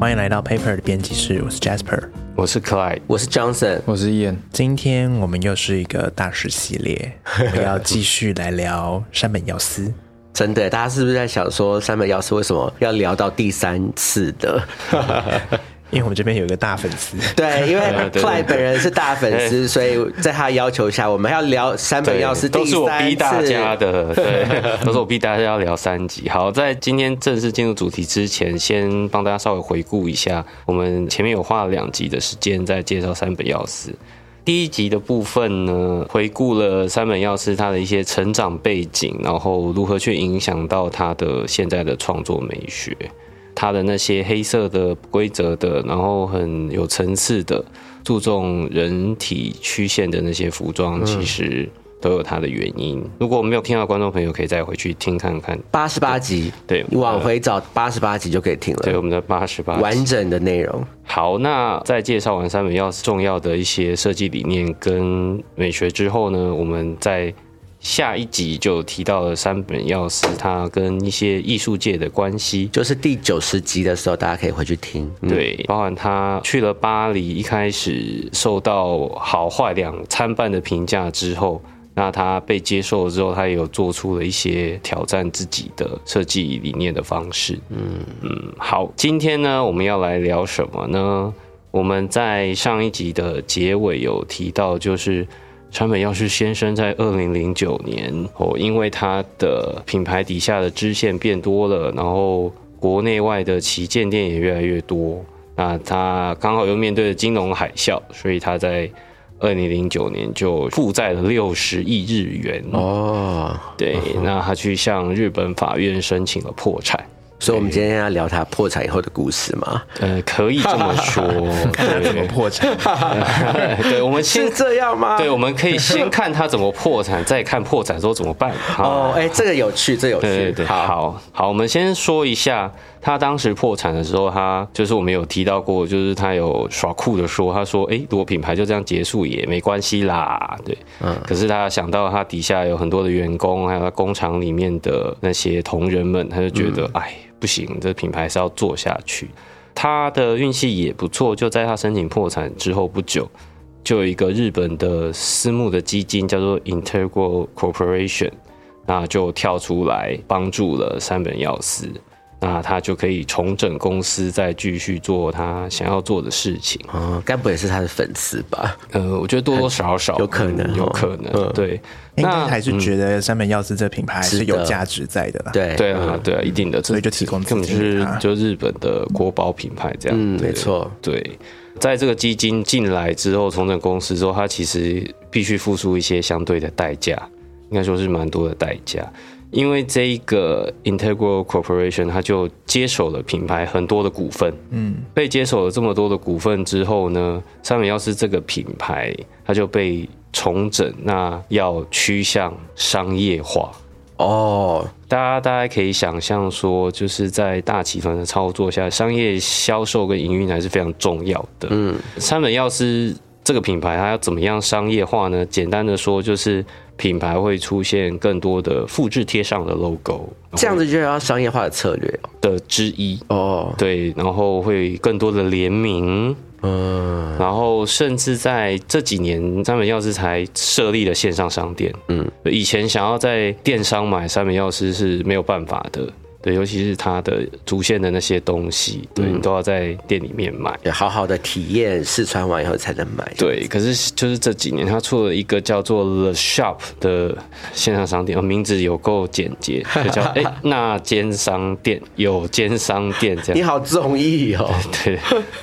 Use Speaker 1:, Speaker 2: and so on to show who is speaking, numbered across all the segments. Speaker 1: 欢迎来到 Paper 的编辑室，我是 Jasper。
Speaker 2: 我是 Clyde，
Speaker 3: 我是 Johnson，
Speaker 4: 我是燕，
Speaker 1: 今天我们又是一个大师系列，我们要继续来聊山本耀司。
Speaker 3: 真的，大家是不是在想说山本耀司为什么要聊到第三次的？
Speaker 1: 因为我们这边有一个大粉丝，
Speaker 3: 对，因为
Speaker 2: 对对哎
Speaker 3: Fly 本人是大粉丝，所以在他要求下，我们要聊山本耀司
Speaker 2: 都
Speaker 3: 第
Speaker 2: 是我逼大
Speaker 3: 三
Speaker 2: 家
Speaker 3: 次。
Speaker 2: 的，对，都是我逼大家要聊三集。好，在今天正式进入主题之前，先帮大家稍微回顾一下，我们前面有花了两集的时间在介绍三本钥匙。第一集的部分呢，回顾了山本耀司他的一些成长背景，然后如何去影响到他的现在的创作美学。他的那些黑色的、不规则的，然后很有层次的，注重人体曲线的那些服装，其实都有它的原因。如果没有听到的观众朋友，可以再回去听看看。
Speaker 3: 八十八集，
Speaker 2: 对
Speaker 3: 你往回找八十八集就可以听
Speaker 2: 对，我
Speaker 3: 了，
Speaker 2: 们的八十八
Speaker 3: 完整的内容。
Speaker 2: 好，那在介绍完三本钥匙重要的一些设计理念跟美学之后呢，我们在下一集就提到了三本钥匙它跟一些艺术界的关系。
Speaker 3: 就是第九十集的时候，大家可以回去听。嗯，
Speaker 2: 对，包含他去了巴黎，一开始受到好坏两参半的评价之后，那他被接受了之后，他也有做出了一些挑战自己的设计理念的方式。嗯嗯，好，今天呢，我们要来聊什么呢？我们在上一集的结尾有提到，就是川本耀司先生在二零零九年哦，因为他的品牌底下的支线变多了，然后国内外的旗舰店也越来越多。那他刚好又面对了金融海啸，所以他在二零零九年就负债了六十亿日元。
Speaker 3: 哦，
Speaker 2: 对，那他去向日本法院申请了破产。
Speaker 3: 所以我们今天要聊他破产以后的故事嘛？
Speaker 2: 呃，可以这么说，
Speaker 1: 看他怎么
Speaker 2: 对，
Speaker 1: 破产。
Speaker 2: 对， 我们先
Speaker 3: 是这样吗？
Speaker 2: 对，我们可以先看他怎么破产，再看破产之后怎么办。哦，，
Speaker 3: 哦哎、这个有趣，这个有趣。
Speaker 2: 对对对，
Speaker 3: 好，
Speaker 2: 好好，我们先说一下他当时破产的时候，他就是我们有提到过，就是他有耍酷的说，他说，哎、如果品牌就这样结束也没关系啦，对，嗯。可是他想到他底下有很多的员工，还有他工厂里面的那些同仁们，他就觉得，
Speaker 3: 嗯
Speaker 2: 哎、不行，这品牌是要做下去。他的运气也不错，就在他申请破产之后不久，就有一个日本的私募的基金叫做 Integral Corporation，那就跳出来帮助了山本耀司，那他就可以重整公司，再继续做他想要做的事情。
Speaker 3: 哦，该不会是他的粉丝吧？
Speaker 2: 呃，我觉得多多少少嗯
Speaker 3: 有可能
Speaker 2: 有
Speaker 3: 哦
Speaker 2: 可能，对。
Speaker 1: 应该
Speaker 2: 那
Speaker 1: 还是觉得山本耀司这品牌是有
Speaker 3: 是的
Speaker 1: 价值在的啦。，
Speaker 3: 对
Speaker 2: 对啊，对啊，一定的，
Speaker 1: 所以就
Speaker 2: 这
Speaker 1: 提供资
Speaker 2: 根
Speaker 1: 金
Speaker 2: 本就是
Speaker 1: 给他
Speaker 2: 就日本的国宝品牌这样。
Speaker 3: 嗯，
Speaker 2: 对
Speaker 3: 没错。
Speaker 2: 对，在这个基金进来之后，重整公司之后，它其实必须付出一些相对的代价，应该说是蛮多的代价。因为这一个 Integral Corporation，它就接手了品牌很多的股份，嗯，被接手了这么多的股份之后呢，三本耀司这个品牌它就被重整，那要趋向商业化，
Speaker 3: 哦，
Speaker 2: 大家大概可以想象说，就是在大集团的操作下，商业销售跟营运还是非常重要的。嗯，三本药师这个品牌，它要怎么样商业化呢？简单的说，就是品牌会出现更多的复制贴上的 logo，
Speaker 3: 这样子就要商业化的策略哦
Speaker 2: 的之一。
Speaker 3: 哦。
Speaker 2: 对，然后会更多的联名，
Speaker 3: 嗯，
Speaker 2: 然后甚至在这几年，三本药师才设立了线上商店。嗯，以前想要在电商买三本药师是没有办法的，对，尤其是它的主线的那些东西，对、你都要在店里面买。
Speaker 3: 要好好的体验试穿完以后才能买。
Speaker 2: 对，可是就是这几年，他出了一个叫做 The Shop 的线上商店，哦名字有够简洁，就叫哎、那间商店，有间商店这样
Speaker 3: 你。好综艺哦，
Speaker 2: 对，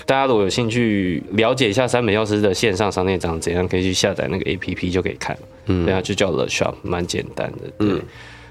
Speaker 2: 大家如果有兴趣了解一下三本药师的线上商店长怎样，可以去下载那个 APP 就可以看。嗯，对啊，就叫 The Shop，蛮简单的。对，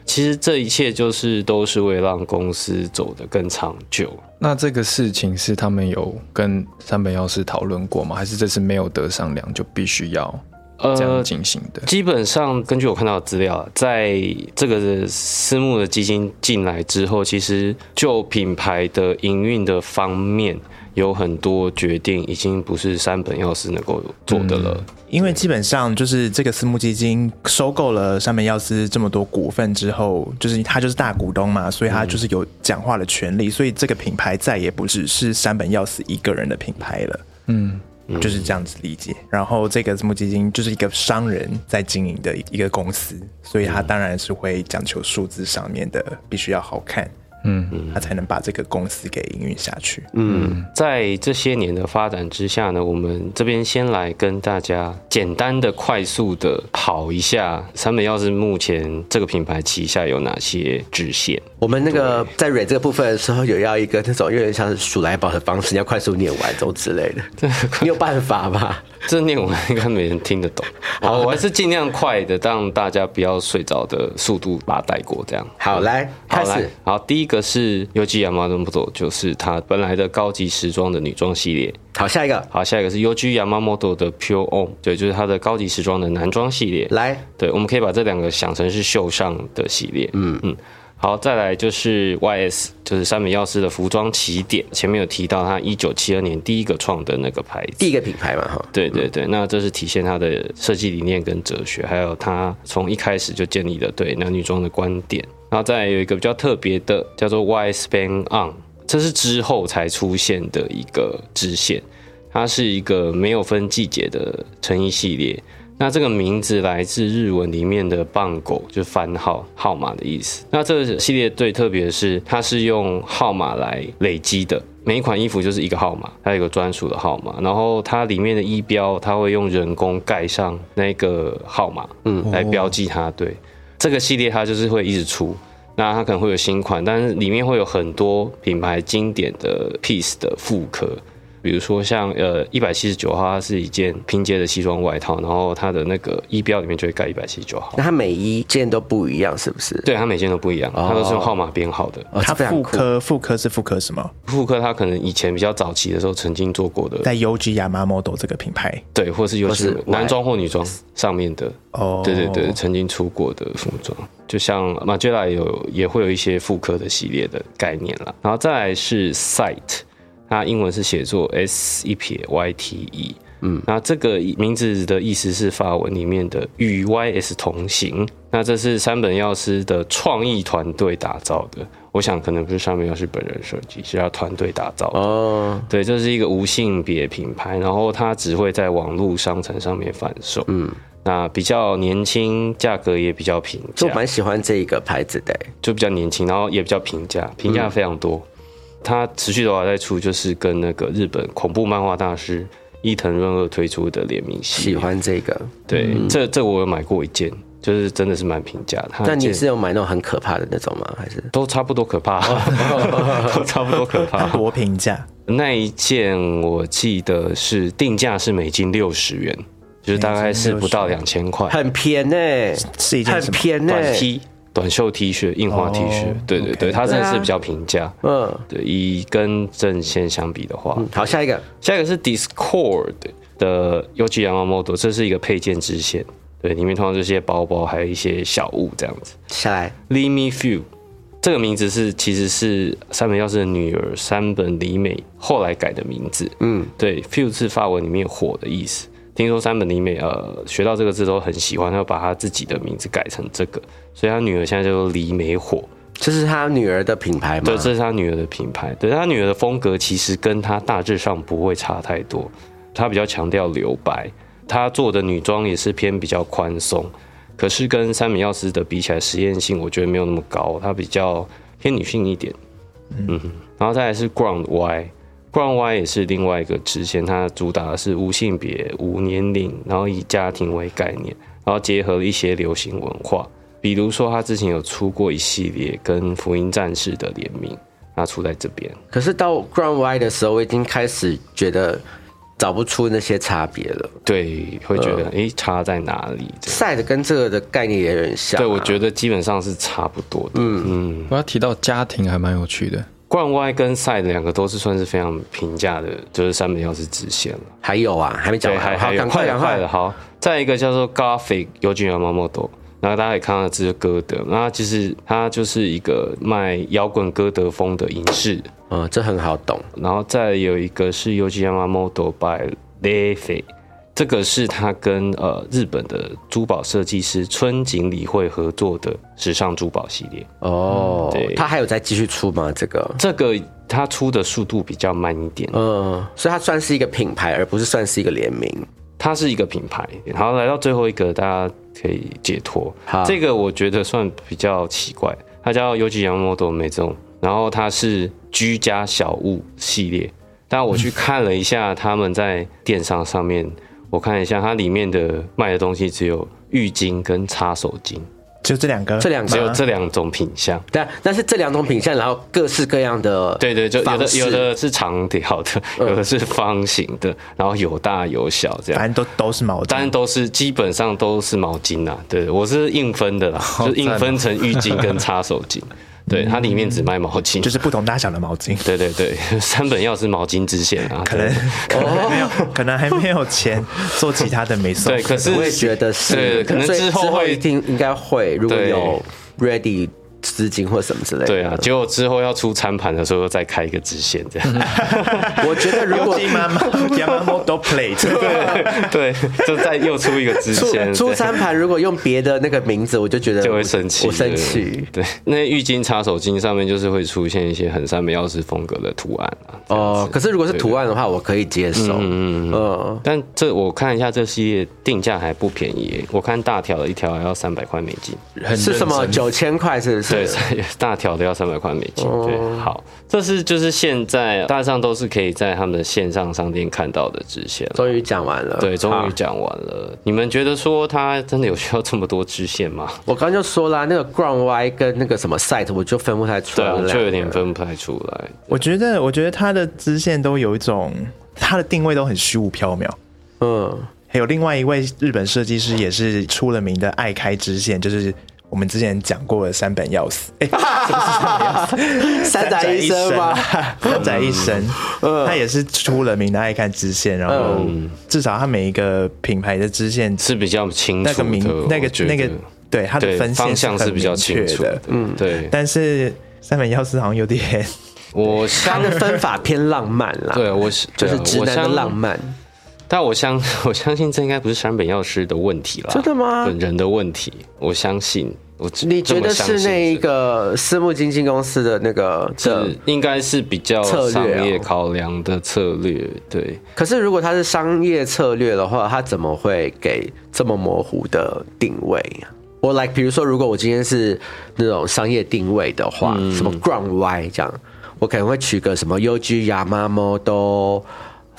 Speaker 2: 其实这一切就是都是为了让公司走得更长久。
Speaker 4: 那这个事情是他们有跟三本药师讨论过吗？还是这是没有得商量就必须要这样
Speaker 2: 呃，
Speaker 4: 进行的？
Speaker 2: 基本上根据我看到的资料啊，在这个私募的基金进来之后，其实就品牌的营运的方面有很多决定已经不是山本耀司能够做的了。
Speaker 1: 因为基本上就是这个私募基金收购了山本耀司这么多股份之后，就是他就是大股东嘛，所以他就是有讲话的权利，所以这个品牌再也不只是山本耀司一个人的品牌了。
Speaker 4: 嗯，
Speaker 1: 就是这样子理解。然后这个私募基金就是一个商人在经营的一个公司，所以他当然是会讲求数字上面的必须要好看，嗯，他才能把这个公司给营运下去。
Speaker 2: 嗯，在这些年的发展之下呢，我们这边先来跟大家简单的、快速的跑一下山本耀司目前这个品牌旗下有哪些支线。
Speaker 3: 我们那个在蕊这个部分的时候，有要一个那种有点像是数来宝的方式，你要快速念完，这种之类 的。你有办法吧？
Speaker 2: 这念完应该没人听得 懂。好，我还是尽量快的，让大家不要睡着的速度把它带过，这样。
Speaker 3: 好，来
Speaker 2: 好
Speaker 3: 开
Speaker 2: 来
Speaker 3: 始。，
Speaker 2: 好，第一个是 Yoji Yamamoto，就是它本来的高级时装的女装系列。
Speaker 3: 好，下一个
Speaker 2: 好，下一个是 Yoji Yamamoto 的 Pure On，对，就是它的高级时装的男装系列。
Speaker 3: 来
Speaker 2: 对，我们可以把这两个想成是秀上的系列。嗯嗯。好，再来就是 YS，就是山本耀司的服装起点。前面有提到他一九七二年第一个创的那个牌子。
Speaker 3: 第一个品牌嘛，哈。
Speaker 2: 对对对，那这是体现他的设计理念跟哲学，还有他从一开始就建立的对男女装的观点。然后再来有一个比较特别的，叫做 Y Span On，这是之后才出现的一个支线，它是一个没有分季节的成衣系列。那这个名字来自日文里面的“棒狗”，就是番号、号码的意思。那这个系列最特别的是，它是用号码来累积的，每一款衣服就是一个号码，它有一个专属的号码。然后它里面的衣标，它会用人工盖上那个号码，嗯，来标记它。对，这个系列它就是会一直出。那它可能会有新款，但是里面会有很多品牌经典的 piece 的复刻，比如说像呃一百七十九号，它是一件拼接的西装外套，然后它的那个衣标里面就会盖一百七十九号
Speaker 3: 那。它每一件都不一样，是不是？
Speaker 2: 对，它每件都不一样，它都是用号码编号的。
Speaker 3: 哦，
Speaker 1: 他
Speaker 3: 这非常
Speaker 1: 复
Speaker 3: 酷。
Speaker 1: 刻复刻是复刻什么？
Speaker 2: 复刻它可能以前比较早期的时候曾经做过的，
Speaker 1: 在 UG Yamamoto 这个品牌
Speaker 2: 对，或是尤其是
Speaker 3: 或是
Speaker 2: 男装或女装上面的，
Speaker 1: 哦，
Speaker 2: 对对对，曾经出过的服装，就像 m a g e l a 有也会有一些复刻的系列的概念啦。然后再来是 Site，它英文是写作 S 一撇 Y T E。嗯，那这个名字的意思是法文里面的与 YS 同行。那这是山本耀司的创意团队打造的，我想可能不是山本耀司本人设计，是他团队打造的。
Speaker 3: 哦，
Speaker 2: 对，这是一个无性别品牌，然后它只会在网络商城上面贩售。嗯，那比较年轻，价格也比较平
Speaker 3: 这我
Speaker 2: 价，
Speaker 3: 蛮喜欢这一个牌子的。欸
Speaker 2: 就比较年轻，然后也比较平价，平
Speaker 3: 嗯
Speaker 2: 价非常多。它持续的话在出，就是跟那个日本恐怖漫画大师伊藤润二推出的联名系
Speaker 3: 喜
Speaker 2: 列。
Speaker 3: 欢嗯这个，
Speaker 2: 对，这这我有买过一件，就是真的是蛮平价的。它
Speaker 3: 那
Speaker 2: 一
Speaker 3: 你
Speaker 2: 件
Speaker 3: 是有买那种很可怕的那种吗？还是
Speaker 2: 都差不多可怕，
Speaker 3: 哦
Speaker 2: 都差不多可 怕。
Speaker 1: 多平价，
Speaker 2: 那一件我记得是定价是美金六十元，就是大概是不到两千块。
Speaker 3: 很偏呢、
Speaker 1: 是一件
Speaker 3: 很
Speaker 1: 什么？
Speaker 3: 偏呢、
Speaker 2: 短 T、短袖 T 恤、印花 T 恤，
Speaker 1: 哦
Speaker 2: 对对
Speaker 1: OK
Speaker 2: 对，它真的
Speaker 3: 对
Speaker 2: 是
Speaker 3: 啊
Speaker 2: 比较平价。
Speaker 3: 嗯，
Speaker 2: 对，以跟正线相比的话，
Speaker 1: 嗯
Speaker 3: 好，下一个
Speaker 2: 下一个是 Discord 的 UG Yamamoto，这是一个配件支线，对，里面通常就是一些包包，还有一些小物这样子。
Speaker 3: 下来
Speaker 2: Lee Me Few 这个名字是其实是山本耀司的女儿山本里美后来改的名字。嗯，对，Few 是法文里面火的意思。听说山本里美呃学到这个字都很喜欢，她把她自己的名字改成这个，所以她女儿现在叫做里美火。
Speaker 3: 这是他女儿的品牌嘛？
Speaker 2: 对，这是她女儿的品牌。对，她女儿的风格其实跟她大致上不会差太多，她比较强调留白，她做的女装也是偏比较宽松，可是跟山本耀司的比起来，实验性我觉得没有那么高，它比较偏女性一点。嗯哼，然后再来是 Ground Y。Ground Y 也是另外一个支线，它主打的是无性别、无年龄，然后以家庭为概念，然后结合了一些流行文化，比如说他之前有出过一系列跟福音战士的联名，那出在这边。
Speaker 3: 可是到 Ground Y 的时候，我已经开始觉得找不出那些差别了。
Speaker 2: 对，会觉得诶，差在哪里？这样
Speaker 3: Side 跟这个的概念也有点像、啊。
Speaker 2: 对，我觉得基本上是差不多的。嗯嗯，
Speaker 4: 我要提到家庭还蛮有趣的，
Speaker 2: 冠外跟赛两个都是算是非常平价的，就是三本钥匙支线了。
Speaker 3: 还有啊，还没讲
Speaker 2: 对，
Speaker 3: 完，
Speaker 2: 还还
Speaker 3: 好，
Speaker 2: 有
Speaker 3: 赶快
Speaker 2: 快
Speaker 3: 赶
Speaker 2: 了快
Speaker 3: 快
Speaker 2: 了。好，再一个叫做 Gothic 有 a m a m o t o 然后大家也看到这是歌德，那其实它就是一个卖摇滚歌德风的影视，
Speaker 3: 嗯，这很好懂。
Speaker 2: 然后再有一个是 u g i y a m a m o t o by Lefe，这个是他跟呃日本的珠宝设计师春井理惠合作的时尚珠宝系列。
Speaker 3: 哦，
Speaker 2: 嗯对
Speaker 3: 他还有再继续出吗？这个，
Speaker 2: 这个它出的速度比较慢一点，
Speaker 3: 嗯，所以它算是一个品牌，而不是算是一个联名。
Speaker 2: 它是一个品牌。然后来到最后一个，大家可以解脱
Speaker 3: 好。
Speaker 2: 这个我觉得算比较奇怪，它叫 u g i y a m o t o 美中，然后它是居家小物系列。但我去看了一下他们在电商上面，我看一下它里面的卖的东西只有浴巾跟擦手巾，
Speaker 1: 就这两个，
Speaker 3: 这两个
Speaker 2: 只有这两种品相。
Speaker 3: 但但是这两种品相，然后各式各样的，
Speaker 2: 对对，就有
Speaker 3: 方
Speaker 2: 的
Speaker 3: 式
Speaker 2: 有的是长条的，有的是方形的，然后有大有小这样
Speaker 1: 反。正都都是毛
Speaker 2: 当然
Speaker 1: 巾，
Speaker 2: 都是基本上都是毛巾啦，对我是硬分的啦，就硬分成浴巾跟擦手巾，对它里面只卖毛巾，
Speaker 3: 嗯
Speaker 1: 就是不同大小的毛巾，
Speaker 2: 对对对， 三本药是毛巾支线啊，
Speaker 1: 可能可能没有，可能还没有钱做其他的美送
Speaker 2: 对，。可是
Speaker 3: 我也觉得是，
Speaker 2: 对，可能
Speaker 3: 所以
Speaker 2: 之后
Speaker 3: 一
Speaker 2: 会
Speaker 3: 定应该会，如果
Speaker 2: 对
Speaker 3: 有 ready 资金或什么之类的。
Speaker 2: 对啊，结果之后要出餐盘的时候又再开一个支线这
Speaker 3: 嗯
Speaker 2: 样，
Speaker 3: 我觉得如
Speaker 1: 尤
Speaker 3: 果
Speaker 1: 其妈妈 Yamamoto Plate，
Speaker 2: 对，就再又出一个支线，
Speaker 3: 出出
Speaker 2: 对
Speaker 3: 餐盘，如果用别的那个名字，我就觉得
Speaker 2: 就会生气，
Speaker 3: 我生气。
Speaker 2: 对，那浴巾、擦手巾上面就是会出现一些很三美钥匙风格的图案啊。
Speaker 3: 哦，可是如果是图案的话，我可以接受。
Speaker 2: 嗯嗯嗯。
Speaker 3: 嗯，
Speaker 2: 但这我看一下，这系列定价还不便宜耶，我看大条的一条要三百块美金，
Speaker 4: 很
Speaker 3: 是什么
Speaker 4: 认真
Speaker 3: 九千块？是不
Speaker 2: 对
Speaker 3: 是？，
Speaker 2: 大条的要三百块美金。对，好，这是就是现在大致上都是可以在他们的线上商店看到的支线了。
Speaker 3: 终于讲完了。
Speaker 2: 对，终
Speaker 3: 呃好
Speaker 2: 于讲完了。你们觉得说它真的有需要这么多支线吗？
Speaker 3: 我刚刚就说啦，那个 Ground Y 跟那个什么 Site，我就分不太出
Speaker 2: 对
Speaker 3: 来
Speaker 2: 啊，
Speaker 3: 了。
Speaker 2: 就有点分不太出来。
Speaker 1: 我觉得我觉得它的支线都有一种，它的定位都很虚无缥缈。
Speaker 3: 嗯，
Speaker 1: 还有另外一位日本设计师也是出了名的爱开支线，就是我们之前讲过的山本耀 司，哎、
Speaker 3: 三宅医生吗？
Speaker 1: 啊？三宅一生，
Speaker 2: 嗯
Speaker 1: 他也是出了名的爱看支线，然后至少他每一个品牌的支线
Speaker 2: 是比较嗯清
Speaker 1: 那
Speaker 2: 楚的，
Speaker 1: 个名那
Speaker 2: 我
Speaker 1: 个
Speaker 2: 觉
Speaker 1: 那个
Speaker 2: 得
Speaker 1: 对它的
Speaker 2: 对
Speaker 1: 分
Speaker 2: 方
Speaker 1: 线
Speaker 2: 向
Speaker 1: 很
Speaker 2: 是比较
Speaker 1: 明确
Speaker 2: 清楚
Speaker 1: 的，，
Speaker 2: 嗯，对。
Speaker 1: 但是山本耀司好像有点
Speaker 2: 我
Speaker 3: 他
Speaker 2: 相
Speaker 3: 的分法偏浪漫啦，
Speaker 2: 对我是
Speaker 3: 就是直男的浪，
Speaker 2: 对啊
Speaker 3: 漫。
Speaker 2: 我相但我相 我相信这应该不是山本药师的问题啦，
Speaker 3: 真的吗
Speaker 2: 本人的问题，我相信我这
Speaker 3: 你觉
Speaker 2: 这
Speaker 3: 得
Speaker 2: 么相信
Speaker 3: 是那一个私募基金公司的那个的
Speaker 2: 是应该是比较
Speaker 3: 策略哦
Speaker 2: 商业考量的策略，对。
Speaker 3: 可是如果它是商业策略的话，它怎么会给这么模糊的定位呀？我 like，比如说，如果我今天是那种商业定位的话，
Speaker 2: 嗯
Speaker 3: 什么 Ground Y 这样，我可能会取个什么 UG Yamamoto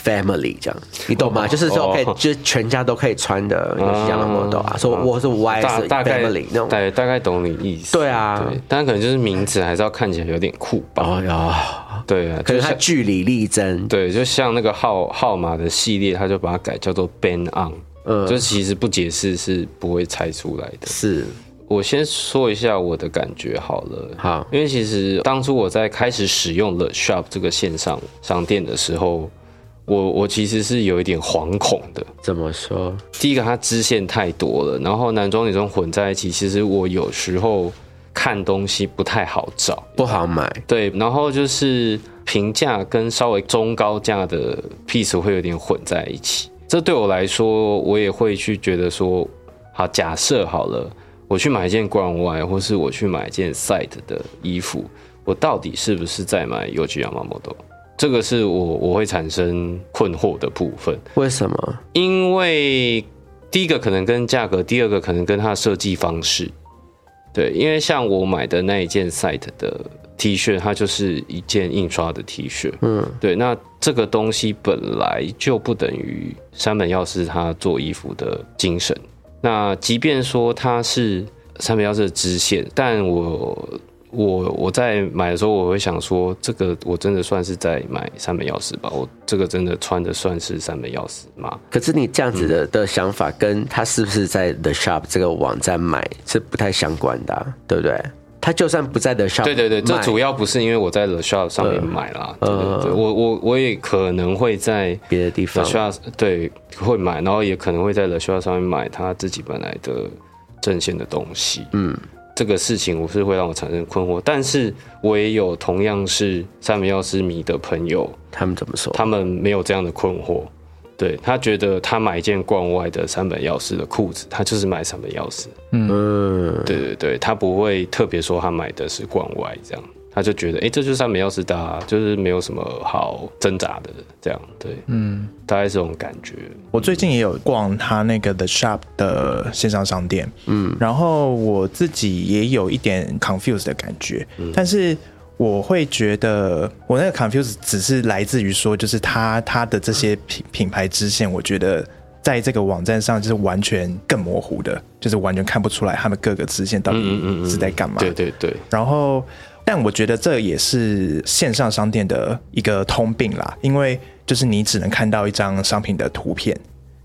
Speaker 3: Family 这样，你懂吗？就是说可以，
Speaker 2: 哦嗯
Speaker 3: 就是全家都可以穿的 UG Yamamoto 啊，说我是 Y
Speaker 2: 大
Speaker 3: 是
Speaker 2: 大概
Speaker 3: Family 那种。
Speaker 2: 对，大概懂你意思。
Speaker 3: 对啊
Speaker 2: 对，但可能就是名字还是要看起来有点酷吧。
Speaker 3: 哦哟，
Speaker 2: 对啊，
Speaker 3: 可
Speaker 2: 就是
Speaker 3: 它
Speaker 2: 像
Speaker 3: 据理力争，
Speaker 2: 对，就像那个号号码的系列，他就把它改叫做 ban on，
Speaker 3: 嗯
Speaker 2: 就其实不解释是不会猜出来的。
Speaker 3: 是
Speaker 2: 我先说一下我的感觉好了，
Speaker 3: 好
Speaker 2: 因为其实当初我在开始使用了 Shop 这个线上商店的时候，我我其实是有一点惶恐的。
Speaker 3: 怎么说？
Speaker 2: 第一个，它支线太多了，然后男装女装混在一起，其实我有时候看东西不太好找。
Speaker 3: 不好买，
Speaker 2: 对，然后就是平价跟稍微中高价的 piece 会有点混在一起。这对我来说，我也会去觉得说，好，假设好了，我去买一件 Ground Y，或是我去买一件 Site 的衣服，我到底是不是在买 u g i y a m a m o t o 这个是我我会产生困惑的部分。
Speaker 3: 为什么？
Speaker 2: 因为第一个可能跟价格，第二个可能跟它的设计方式。对，因为像我买的那一件 Site 的 T 恤，它就是一件印刷的 T 恤。嗯，对，那这个东西本来就不等于山本耀司他做衣服的精神。那即便说它是山本耀司的支线，但我我我在买的时候，我会想说，这个我真的算是在买山本耀司吧？我这个真的穿的算是山本耀司吗？
Speaker 3: 可是你这样子的、的想法，跟他是不是在 The Shop 这个网站买是不太相关的啊、对不对？他就算不在 The Shop，
Speaker 2: 对对对，这
Speaker 3: 卖
Speaker 2: 主要不是因为我在 The Shop 上面买啦，对对对，我我我也可能会在
Speaker 3: 别的地方
Speaker 2: The Shop 对会买，然后也可能会在 The Shop 上面买他自己本来的阵线的东西。嗯，这个事情我是会让我产生困惑，但是我也有同样是三本药师迷的朋友，
Speaker 3: 他们怎么说？
Speaker 2: 他们没有这样的困惑。对他觉得他买一件逛外的三本钥匙的裤子，他就是买三本钥匙。
Speaker 3: 嗯，
Speaker 2: 对对对，他不会特别说他买的是逛外这样，他就觉得哎、诶这就是三本钥匙的啊、就是没有什么好挣扎的这样。对，嗯，大概是这种感觉。
Speaker 1: 我最近也有逛他那个 The Shop 的线上商店，嗯，然后我自己也有一点 confused 的感觉，但是我会觉得我那个 confused 只是来自于说，就是他他的这些品品牌支线，我觉得。在这个网站上，就是完全更模糊的，就是完全看不出来他们各个支线到底是在干嘛。
Speaker 2: 对对对，
Speaker 1: 然后，但我觉得这也是线上商店的一个通病啦，因为就是你只能看到一张商品的图片，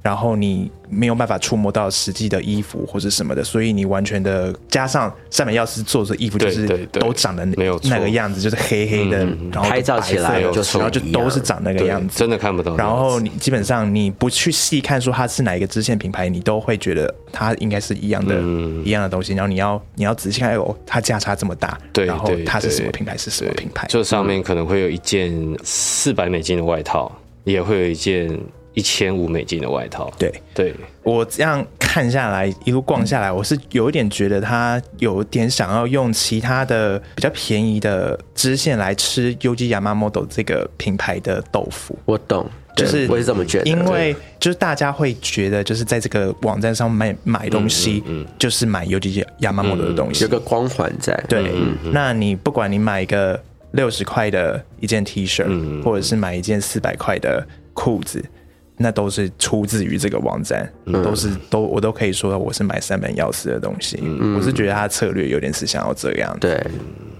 Speaker 1: 然后你没有办法触摸到实际的衣服或者什么的，所以你完全的加上山本耀司做的衣服就
Speaker 2: 对
Speaker 1: 是
Speaker 2: 对对
Speaker 1: 都长得
Speaker 2: 没有错嗯
Speaker 1: 那个样子，就是黑黑的，然后
Speaker 3: 拍照起来
Speaker 1: 白色的
Speaker 3: 就
Speaker 1: 然后
Speaker 3: 是
Speaker 1: 就
Speaker 3: 一样
Speaker 1: 都是长那个
Speaker 2: 对
Speaker 1: 样子，
Speaker 2: 真的看不到。
Speaker 1: 然后你基本上你不去细看说它是哪一个支线品牌，你都会觉得它应该是一样的、
Speaker 2: 嗯
Speaker 1: 一样的东西。然后你要你要仔细看，哎呦，它价差这么大，
Speaker 2: 对
Speaker 1: 然后
Speaker 2: 对
Speaker 1: 它是
Speaker 2: 对
Speaker 1: 什么品牌是什么品牌，
Speaker 2: 就上面可能会有一件四百美金的外套，也会有一件一千五美金的外套。
Speaker 1: 对。
Speaker 2: 对，
Speaker 1: 我这样看下来，一路逛下来，我是有一点觉得他有点想要用其他的比较便宜的支线来吃 UG Yamamoto 这个品牌的豆腐。
Speaker 3: 我懂，
Speaker 1: 就是
Speaker 3: 对我也是这么觉得，
Speaker 1: 因为就是大家会觉得，就是在这个网站上买买东西，
Speaker 3: 嗯
Speaker 1: 就是买 UG Yamamoto 的东西，
Speaker 3: 有个光环在，嗯
Speaker 1: 对，那你不管你买一个六十块的一件 T 恤，啊
Speaker 3: 嗯
Speaker 1: 或者是买一件四百块的裤子，那都是出自于这个网站，
Speaker 3: 嗯
Speaker 1: 都是都我都可以说我是买三本钥匙的东西。
Speaker 3: 嗯
Speaker 1: 我是觉得他策略有点是想要这样，，
Speaker 3: 对。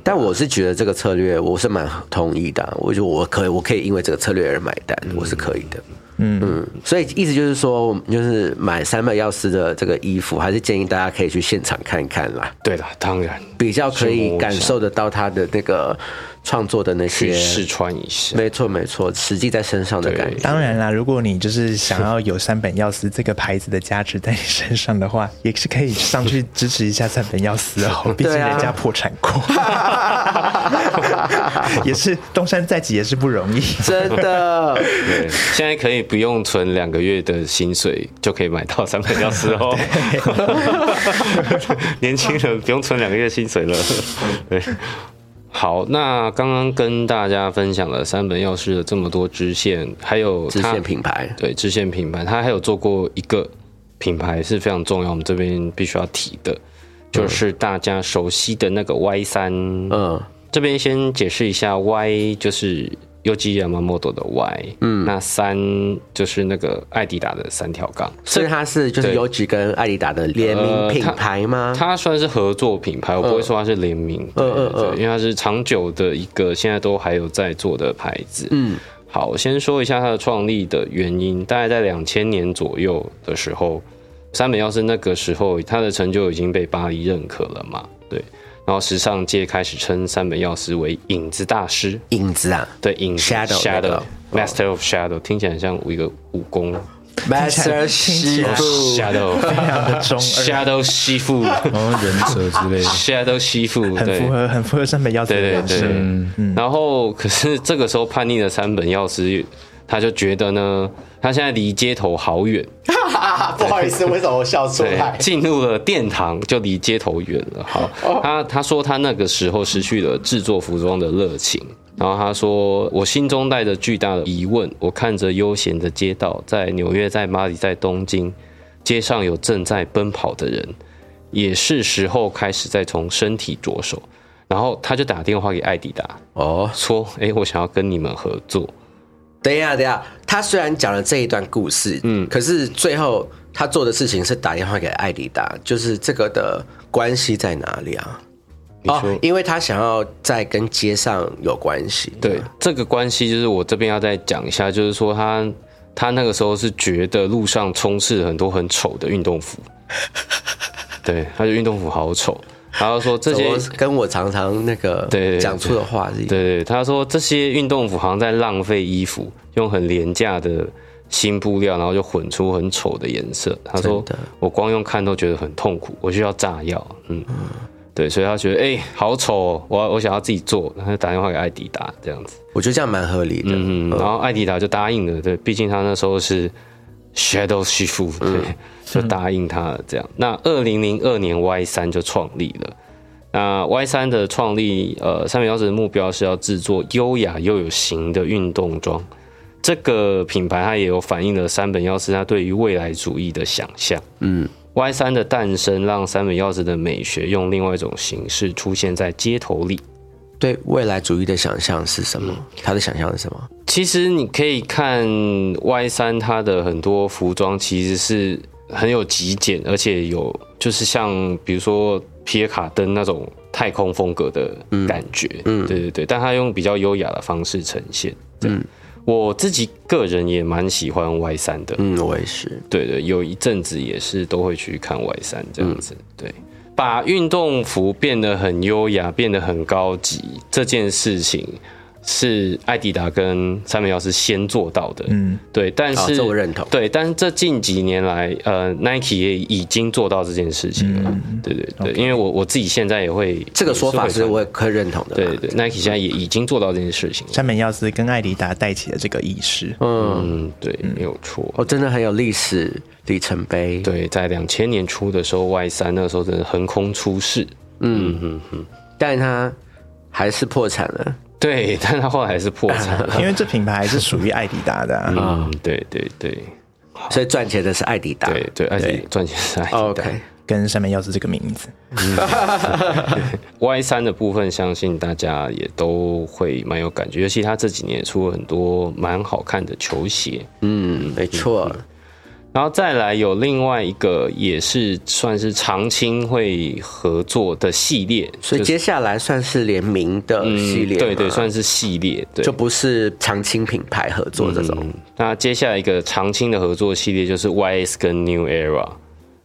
Speaker 3: 但我是觉得这个策略我是蛮同意的啊，我就我可以我可以因为这个策略而买单，我是可以的。嗯所以意思就是说，我们就是买山本耀司的这个衣服，还是建议大家可以去现场看看啦，
Speaker 2: 对啦，当然
Speaker 3: 比较可
Speaker 2: 去摸
Speaker 3: 以
Speaker 2: 一下
Speaker 3: 感受得到他的那个创作的那
Speaker 2: 去
Speaker 3: 些。
Speaker 2: 试穿一下。
Speaker 3: 没错没错，实际在身上的感觉。
Speaker 1: 当然啦，如果你就是想要有三本药师这个牌子的价值在你身上的话，也是可以上去支持一下三本药师哦，毕竟
Speaker 3: 对啊
Speaker 1: 人家破产过， 也是东山再起也是不容易。
Speaker 3: 真 的，
Speaker 2: 对，现在可以不用存两个月的薪水就可以买到三本钥匙 哦。 年轻人不用存两个月薪水了。 对，好，那刚刚跟大家分享了三本钥匙的这么多支线，还有
Speaker 3: 支
Speaker 2: 它
Speaker 3: 线品牌
Speaker 2: 对支线品牌，它还有做过一个品牌是非常重要，我们这边必须要提的，就是大家熟悉的那个 Y 三。
Speaker 3: 嗯，
Speaker 2: 这边先解释一下，Y 就是 Uji Yamamoto 的 Y，嗯，那三就是那个艾迪达的三条杠，
Speaker 3: 所以它是就是
Speaker 2: 对
Speaker 3: 优吉跟艾迪达的联名
Speaker 2: 呃
Speaker 3: 品
Speaker 2: 它
Speaker 3: 牌吗？
Speaker 2: 它算是合作品牌，我不会说它是联名，对对对，因为它是长久的一个，现在都还有在做的牌子。嗯，好，我先说一下它的创立的原因，大概在两千年左右的时候，山本耀司那个时候他的成就已经被巴黎认可了嘛，对。然后时尚界开始称山本耀司为影子大师，
Speaker 3: 影子啊
Speaker 2: 对，影子
Speaker 3: Shadow 那个
Speaker 2: Master of Shadow 听起来很像一个武功
Speaker 3: ，Master
Speaker 1: 听起
Speaker 3: 师
Speaker 1: 来
Speaker 3: 傅，
Speaker 1: 非
Speaker 2: Shadow
Speaker 1: 常的中二，
Speaker 2: Shadow 吸附，
Speaker 4: 然后忍者之类的
Speaker 2: Shadow 吸附，
Speaker 1: 很符
Speaker 2: 对。
Speaker 1: 合很符合山本耀司的
Speaker 2: 对对
Speaker 1: 人
Speaker 2: 对，
Speaker 1: 设。
Speaker 2: 然后可是这个时候叛逆的三本药师，他就觉得呢，他现在离街头好远，
Speaker 3: 不好意思，为什么我笑出
Speaker 2: 对，进入了殿堂就离街头远了。好，
Speaker 3: 哦
Speaker 2: 他他说他那个时候失去了制作服装的热情。然后他说：“我心中带着巨大的疑问，我看着悠闲的街道，在纽约，在巴黎，在东京，街上有正在奔跑的人，也是时候开始在从身体着手。”然后他就打电话给艾迪达，
Speaker 3: 哦，
Speaker 2: 说：“诶，我想要跟你们合作。
Speaker 3: 等一下，等一下，他虽然讲了这一段故事，嗯，可是最后他做的事情是打电话给艾迪达，就是这个的关系在哪里啊？
Speaker 2: 你说
Speaker 3: 哦，因为他想要在跟街上有关系，
Speaker 2: 对，这个关系就是我这边要再讲一下，就是说他他那个时候是觉得路上充斥很多很丑的运动 服，对，他的运动服好丑，然后说这些
Speaker 3: 怎么跟我常常那个
Speaker 2: 对对对
Speaker 3: 讲出的话是一样，
Speaker 2: 对对，他说这些运动服好像在浪费衣服，用很廉价的新布料，然后就混出很丑的颜色。他说
Speaker 3: 真的
Speaker 2: 我光用看都觉得很痛苦，我需要炸药。嗯，对，所以他觉得哎、好丑、哦，我我想要自己做，然后就打电话给艾迪达这样子。
Speaker 3: 我觉得这样蛮合理的。
Speaker 2: 嗯，然后艾迪达就答应了，对，毕竟他那时候是 Shadow 师傅，对， 就答应他了这样。那二零零二年 Y 三就创立了。那 Y 三的创立，呃，三明钥匙的目标是要制作优雅又有型的运动装。这个品牌它也有反映了三本钥匙它对于未来主义的想象。
Speaker 3: 嗯
Speaker 2: ，Y 三的诞生让三本钥匙的美学用另外一种形式出现在街头里。
Speaker 3: 对未来主义的想象是什么？
Speaker 2: 嗯
Speaker 3: 他的想象是什么？
Speaker 2: 其实你可以看 Y 三，它的很多服装其实是很有极简，而且有就是像比如说皮尔卡登那种太空风格的感觉，嗯，对对对，但它用比较优雅的方式呈现。嗯，我自己个人也蛮喜欢 Y 三的，
Speaker 3: 嗯，我也是。
Speaker 2: 对对，有一阵子也是都会去看 Y 三这样子，对，把运动服变得很优雅，变得很高级这件事情。是艾迪达跟三美钥匙先做到的，
Speaker 1: 嗯，
Speaker 2: 对，但
Speaker 3: 啊
Speaker 2: 是、
Speaker 3: 这我认同
Speaker 2: 对，但是这近几年来，呃，Nike 也已经做到这件事情了，对对对因为我我自己现在也会
Speaker 3: 这个说法
Speaker 2: 也
Speaker 3: 是
Speaker 2: 会
Speaker 3: 我可以认同的。
Speaker 2: 对对对，Nike 现在也已经做到这件事情了，
Speaker 1: 山本耀司跟艾迪达带起了这个意识，
Speaker 2: 嗯，对，没有错，
Speaker 3: 哦，真的很有历史里程碑。
Speaker 2: 对，在两千年初的时候，Y 三那时候真的横空出世，
Speaker 3: 嗯
Speaker 2: 嗯
Speaker 3: 但他还是破产了。
Speaker 2: 对，但他后来还是破产了。
Speaker 1: 因为这品牌是属于艾迪达的、啊。
Speaker 2: 嗯，对对对
Speaker 3: 所以赚钱的是艾迪达。
Speaker 2: 对对，艾迪赚钱是艾迪。
Speaker 3: ，OK，
Speaker 1: 跟山本耀司这个名字，
Speaker 2: Y 三的部分，相信大家也都会蛮有感觉，尤其他这几年也出了很多蛮好看的球鞋。
Speaker 3: 嗯，没错，
Speaker 2: 然后再来有另外一个也是算是常青会合作的系列，
Speaker 3: 所以
Speaker 2: 就是
Speaker 3: 接下来算是联名的系列
Speaker 2: 嗯
Speaker 3: 嘛，
Speaker 2: 对对，算是系列，对，
Speaker 3: 就不是长青品牌合作这种。
Speaker 2: 那接下来一个常青的合作系列就是 YS 跟 New Era。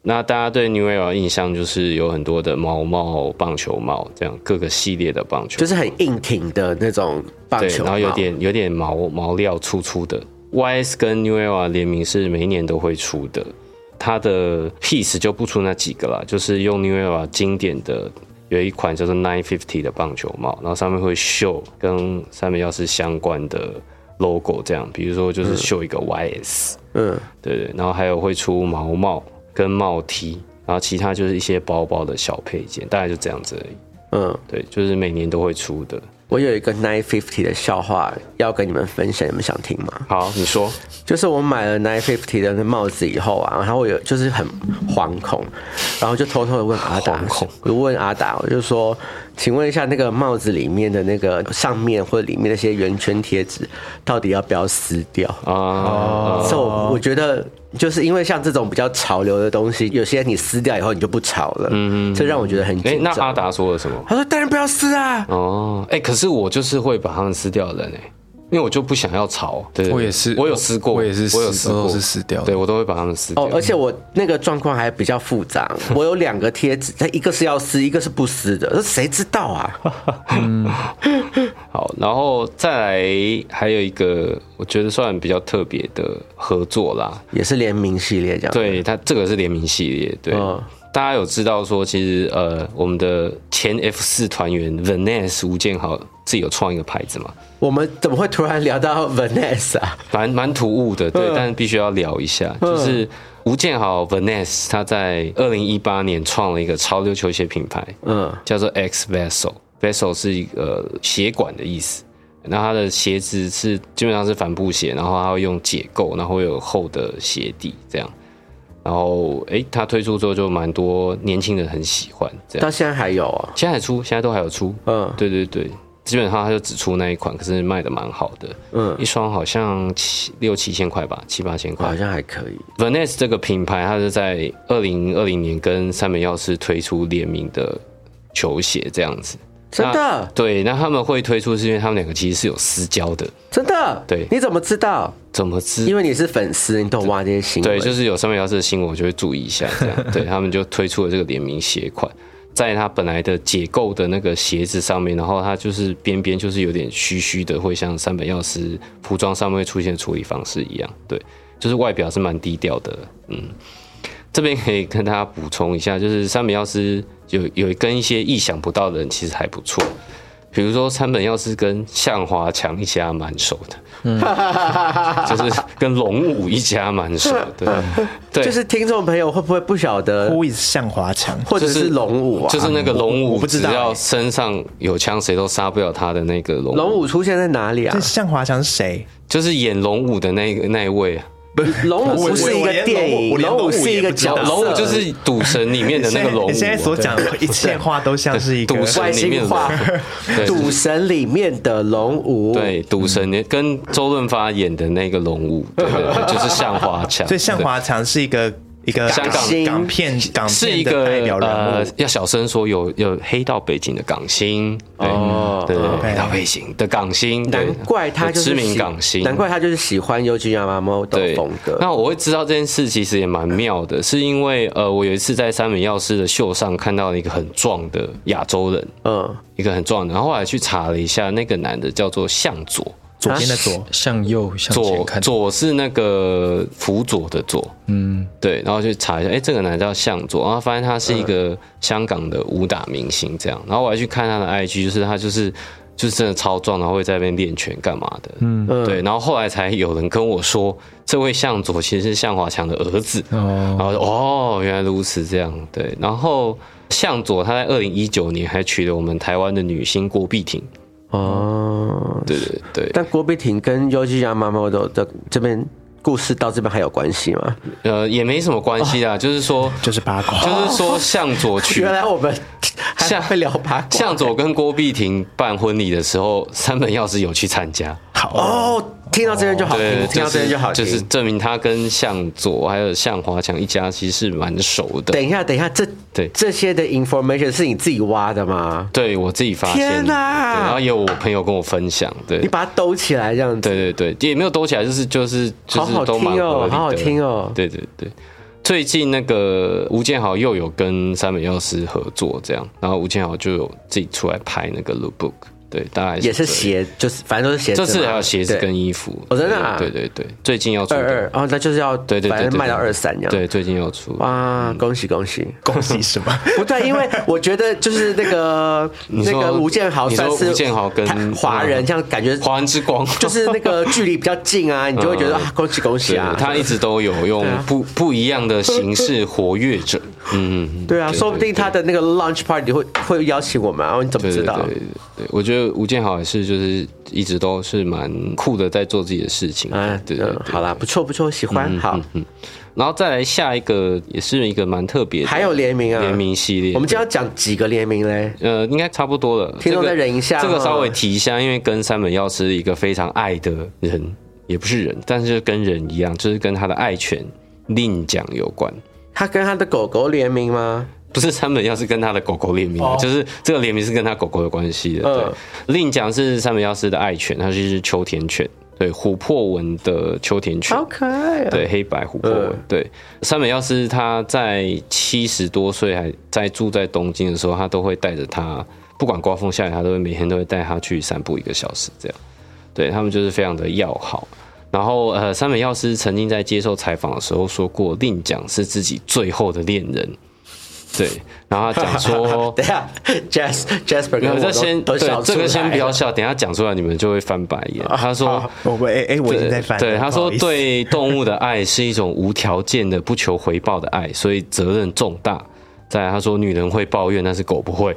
Speaker 2: 那大家对 New Era 的印象就是有很多的毛帽、棒球帽这样各个系列的棒球，
Speaker 3: 就是很硬挺的那种棒
Speaker 2: 对，
Speaker 3: 球帽，
Speaker 2: 然后有点有点毛毛料粗粗的。YS 跟 New Era 联名是每一年都会出的，它的 piece 就不出那几个啦，就是用 New Era 经典的有一款叫做 Nine Fifty 的棒球帽，然后上面会绣跟三美钥匙相关的 logo，这样，比如说就是绣一个 YS，、
Speaker 3: 嗯，
Speaker 2: 对对，然后还有会出毛帽跟帽 T，然后其他就是一些包包的小配件，大概就这样子而已。
Speaker 3: 嗯，
Speaker 2: 对，就是每年都会出的。
Speaker 3: 我有一个 Nine Fifty 的笑话要跟你们分享，你们想听吗？
Speaker 2: 好，你说，
Speaker 3: 就是我买了 Nine Fifty 的那帽子以后啊，然后我有就是很惶恐，然后就偷偷的问阿达
Speaker 2: 惶恐，
Speaker 3: 我就问阿达，我就说，请问一下那个帽子里面的那个上面或者里面那些圆圈贴纸，到底要不要撕掉？
Speaker 2: 啊、
Speaker 3: 所以我我觉得，就是因为像这种比较潮流的东西，有些你撕掉以后你就不潮了，嗯，这让我觉得很
Speaker 2: 哎、
Speaker 3: 紧
Speaker 2: 那阿
Speaker 3: 张。
Speaker 2: 达说了什么？
Speaker 3: 他说：“当然不要撕啊！
Speaker 2: 哦，哎、可是我就是会把他们撕掉的人哎、因为我就不想要吵。对对
Speaker 4: 我也是
Speaker 2: 我有撕过，
Speaker 4: 我也是撕
Speaker 2: 我有撕
Speaker 4: 我
Speaker 2: 过，哎
Speaker 4: 都是撕掉的
Speaker 2: 对我都会把他们撕掉。
Speaker 3: 哦，而且我那个状况还比较复杂，我有两个贴纸，它一个是要撕，一个是不撕的，那谁知道啊？
Speaker 2: 好，然后再来还有一个，我觉得算比较特别的合作啦。
Speaker 3: 也是联名系列这样。，
Speaker 2: 对，它这个是联名系列，对。
Speaker 3: 嗯
Speaker 2: 大家有知道说，其实呃，我们的前 F 四团员 Vanessa 吴建豪自己有创一个牌子嘛，
Speaker 3: 我们怎么会突然聊到 Vanessa？
Speaker 2: 蛮蛮突兀的，对，但是必须要聊一下，就是吴建豪 Vanessa 他在二零一八年创了一个潮流球鞋品牌，
Speaker 3: 嗯，
Speaker 2: 叫做 X Vessel。Vessel 是一个呃血管的意思。那它的鞋子是基本上是帆布鞋，然后它会用解构，然后会有厚的鞋底这样。然后诶，它推出之后就蛮多年轻人很喜欢这样。
Speaker 3: 到现在还有啊、
Speaker 2: 现在还出，现在都还有出。
Speaker 3: 嗯
Speaker 2: 对对对，基本上它就只出那一款，可是卖的蛮好的。
Speaker 3: 嗯，
Speaker 2: 一双好像七六七千块吧，七八千块
Speaker 3: 好。像还可以。
Speaker 2: Vans 这个品牌，它是在二零二零年跟三本耀司推出联名的球鞋，这样子。
Speaker 3: 真
Speaker 2: 那
Speaker 3: 的，
Speaker 2: 对，那他们会推出是因为他们两个其实是有私交的，
Speaker 3: 真的，
Speaker 2: 对
Speaker 3: 你怎么知道？
Speaker 2: 怎么知？
Speaker 3: 因为你是粉丝，你懂挖这些新闻。
Speaker 2: 对，就是有三本耀司的新闻，我就会注意一下，这 样。对他们就推出了这个联名鞋款，在它本来的解构的那个鞋子上面，然后它就是边边就是有点虚虚的，会像三本耀司服装上面会出现的处理方式一样，对。就是外表是蛮低调的，嗯。这边可以跟大家补充一下，就是山本耀司有有跟一些意想不到的人其实还不错，比如说山本耀司跟向华强一家蛮熟的， 就是跟龙武一家蛮熟的，对，
Speaker 3: 就是听众朋友会不会不晓
Speaker 2: 嗯
Speaker 3: 得，
Speaker 1: Who is 向华强？
Speaker 3: 或者是龙武啊？
Speaker 2: 就是那个龙
Speaker 1: 我
Speaker 2: 武，
Speaker 1: 不知
Speaker 2: 只
Speaker 1: 道欸
Speaker 2: 要身上有枪，谁都杀不了他的那个龙
Speaker 3: 龙
Speaker 2: 武，
Speaker 3: 武出现在哪里啊
Speaker 1: 这？向华强是谁？
Speaker 2: 就是演龙武的那个那一位啊，
Speaker 3: 龙武不是一
Speaker 1: 我
Speaker 3: 个
Speaker 1: 连
Speaker 3: 电影，
Speaker 1: 我连
Speaker 3: 龙武是一个
Speaker 1: 我也不知道
Speaker 3: 角色，
Speaker 2: 龙武就是赌神里面的那个龙武啊，
Speaker 1: 你现在所讲的一切话都像是一个
Speaker 2: 赌神
Speaker 3: 外
Speaker 2: 里面
Speaker 3: 星
Speaker 2: 的
Speaker 3: 话
Speaker 2: 对
Speaker 3: 《赌神》里面的龙武，
Speaker 2: 对，赌神跟周润发演的那个龙武，对对对，就是向华强，
Speaker 1: 所以向华强是一个一个
Speaker 2: 香港
Speaker 1: 港港片港
Speaker 2: 是
Speaker 1: 片
Speaker 2: 一
Speaker 1: 的
Speaker 2: 个
Speaker 1: 代表人
Speaker 2: 呃
Speaker 1: 物，，
Speaker 2: 要小声说有有黑道背景的港星，对、嗯
Speaker 3: 哦
Speaker 2: 对对对
Speaker 1: OK
Speaker 2: 黑道背景的港星，对
Speaker 3: 难怪他就是
Speaker 2: 知名
Speaker 3: 喜
Speaker 2: 港星，
Speaker 3: 难怪他就是喜欢 U G Yamamoto
Speaker 2: 对
Speaker 3: 风格。
Speaker 2: 那我会知道这件事其实也蛮妙的，是因为呃，我有一次在三本药师的秀上看到一个很壮的亚洲人，
Speaker 3: 嗯，
Speaker 2: 一个很壮的，然后后来去查了一下，那个男的叫做向佐，
Speaker 1: 左边的左，
Speaker 4: 向右向前
Speaker 2: 左
Speaker 4: 看，
Speaker 2: 左是那个辅佐的佐，
Speaker 4: 嗯，
Speaker 2: 对，然后去查一下，哎，这个男的叫向佐，然后发现他是一
Speaker 4: 嗯
Speaker 2: 个香港的武打明星，这样，然后我还去看他的 IG，就是他就是就是真的超壮，然后会在那边练拳干嘛的，嗯，对，然后后来才有人跟我说，这位向佐其实是向华强的儿子，然
Speaker 4: 哦，
Speaker 2: 后我就哦，原来如此，这样对。然后向佐他在二零一九年还娶了我们台湾的女星郭碧婷，
Speaker 3: 哦，
Speaker 2: 对对对，
Speaker 3: 但郭碧婷跟 U G Yamamoto 的这边故事到这边还有关系吗？
Speaker 2: 呃，也没什么关系
Speaker 4: 哦
Speaker 2: 啦，就是说，
Speaker 1: 就是八 卦。
Speaker 2: 就是说向佐娶
Speaker 3: 哦原来 我们还
Speaker 2: 像
Speaker 3: 会聊八卦。
Speaker 2: 向佐跟郭碧婷办婚礼的时候，三本耀司有去参加，
Speaker 3: 哦，听到这边就好听，
Speaker 2: 对，
Speaker 3: 听到这边就好听。
Speaker 2: 就是证明他跟向佐还有向华强一家其实是蛮熟的。
Speaker 3: 等一下，等一下，这
Speaker 2: 对
Speaker 3: 这些的 information 是你自己挖的吗？
Speaker 2: 对我自己发现，
Speaker 3: 天哪
Speaker 2: 对然后也有我朋友跟我分享，
Speaker 3: 你
Speaker 2: 对。
Speaker 3: 把它兜起来这样子，
Speaker 2: 对对对，也没有抖起来，就是就是就
Speaker 3: 好好
Speaker 2: 是都蛮
Speaker 3: 听哦
Speaker 2: 合理的
Speaker 3: 好好听哦
Speaker 2: 对对对，最近那个吴建豪又有跟三本耀司合作，这样，然后吴建豪就有自己出来拍那个 lookbook，对，大概
Speaker 3: 也是
Speaker 2: 这样
Speaker 3: 鞋，就是反正都是鞋子
Speaker 2: 这
Speaker 3: 嘛。
Speaker 2: 次还有鞋子
Speaker 3: 对
Speaker 2: 跟衣服，
Speaker 3: 哦真的啊
Speaker 2: 对对对，对最近要出
Speaker 3: 二
Speaker 2: 的，
Speaker 3: 二，哦，那就是要
Speaker 2: 对对对，
Speaker 3: 反正
Speaker 2: 对
Speaker 3: 卖到二三这样。
Speaker 2: 对，嗯最近要出，
Speaker 3: 哇，恭喜恭喜！
Speaker 1: 恭喜什么？
Speaker 3: 不对，因为我觉得就是那个
Speaker 2: 你
Speaker 3: 那
Speaker 2: 说
Speaker 3: 个吴建豪
Speaker 2: 你说
Speaker 3: 算是
Speaker 2: 吴建豪跟嗯
Speaker 3: 他华人，这样感觉
Speaker 2: 华人之光
Speaker 3: 就是那个距离比较近啊，你就会觉得
Speaker 2: 嗯
Speaker 3: 啊，恭喜恭 喜
Speaker 2: 对
Speaker 3: 啊！
Speaker 2: 他一直都有用不不一样的形式活跃 着，嗯，嗯嗯
Speaker 3: 对啊，说不定他的那个 lunch party 会会邀请我们啊，你怎么
Speaker 2: 对
Speaker 3: 知
Speaker 2: 对对
Speaker 3: 道？
Speaker 2: 对对，我觉得吴建豪也是，就是一直都是蛮酷的，在做自己的事情。
Speaker 3: 啊，
Speaker 2: 对对嗯
Speaker 3: 嗯好啦，不错不错，喜欢好，
Speaker 2: 然后再来下一个，也是一个蛮特别的，
Speaker 3: 还有联名啊，
Speaker 2: 联名系列。
Speaker 3: 我们今天要讲几个联名嘞？
Speaker 2: 呃，应该差不多了。
Speaker 3: 听众
Speaker 2: 这个
Speaker 3: 再忍一下
Speaker 2: 这个
Speaker 3: 哈
Speaker 2: 稍微提一下，因为跟山本耀司一个非常爱的人，也不是人，但是跟人一样，就是跟他的爱犬令奖有关。
Speaker 3: 他跟他的狗狗联名吗？
Speaker 2: 不是山本耀司跟他的狗狗联名的，就是这个联名是跟他狗狗有关系的。
Speaker 3: 哦嗯
Speaker 2: 对，令奖是山本耀司的爱犬，它是一只秋田犬，对，琥珀纹的秋田犬。
Speaker 3: 好可爱啊！
Speaker 2: 对，黑白琥珀纹。
Speaker 3: 嗯。
Speaker 2: 对，山本耀司他在七十多岁还在住在东京的时候，他都会带着他，不管刮风下雨，他都会每天都会带他去散步一个小时这样。对他们就是非常的要好。然后呃，山本耀司曾经在接受采访的时候说过，令奖是自己最后的恋人。对，然后他讲说
Speaker 3: 等一下，Jas Jasper
Speaker 2: 哦没
Speaker 3: 跟
Speaker 2: 有，
Speaker 3: 我
Speaker 2: 这
Speaker 3: 都
Speaker 2: 先
Speaker 3: 都
Speaker 2: 对
Speaker 3: 笑出
Speaker 2: 这个先
Speaker 3: 来
Speaker 2: 不要
Speaker 3: 了
Speaker 2: 笑，等一下讲出来你们就会翻白眼。他说，
Speaker 1: 我我哎哎，我已经在翻了。
Speaker 2: 对，
Speaker 1: 不好
Speaker 2: 他说
Speaker 1: 意思，
Speaker 2: 对动物的爱是一种无条件的、不求回报的爱，所以责任重大。再来，他说女人会抱怨，但是狗不会，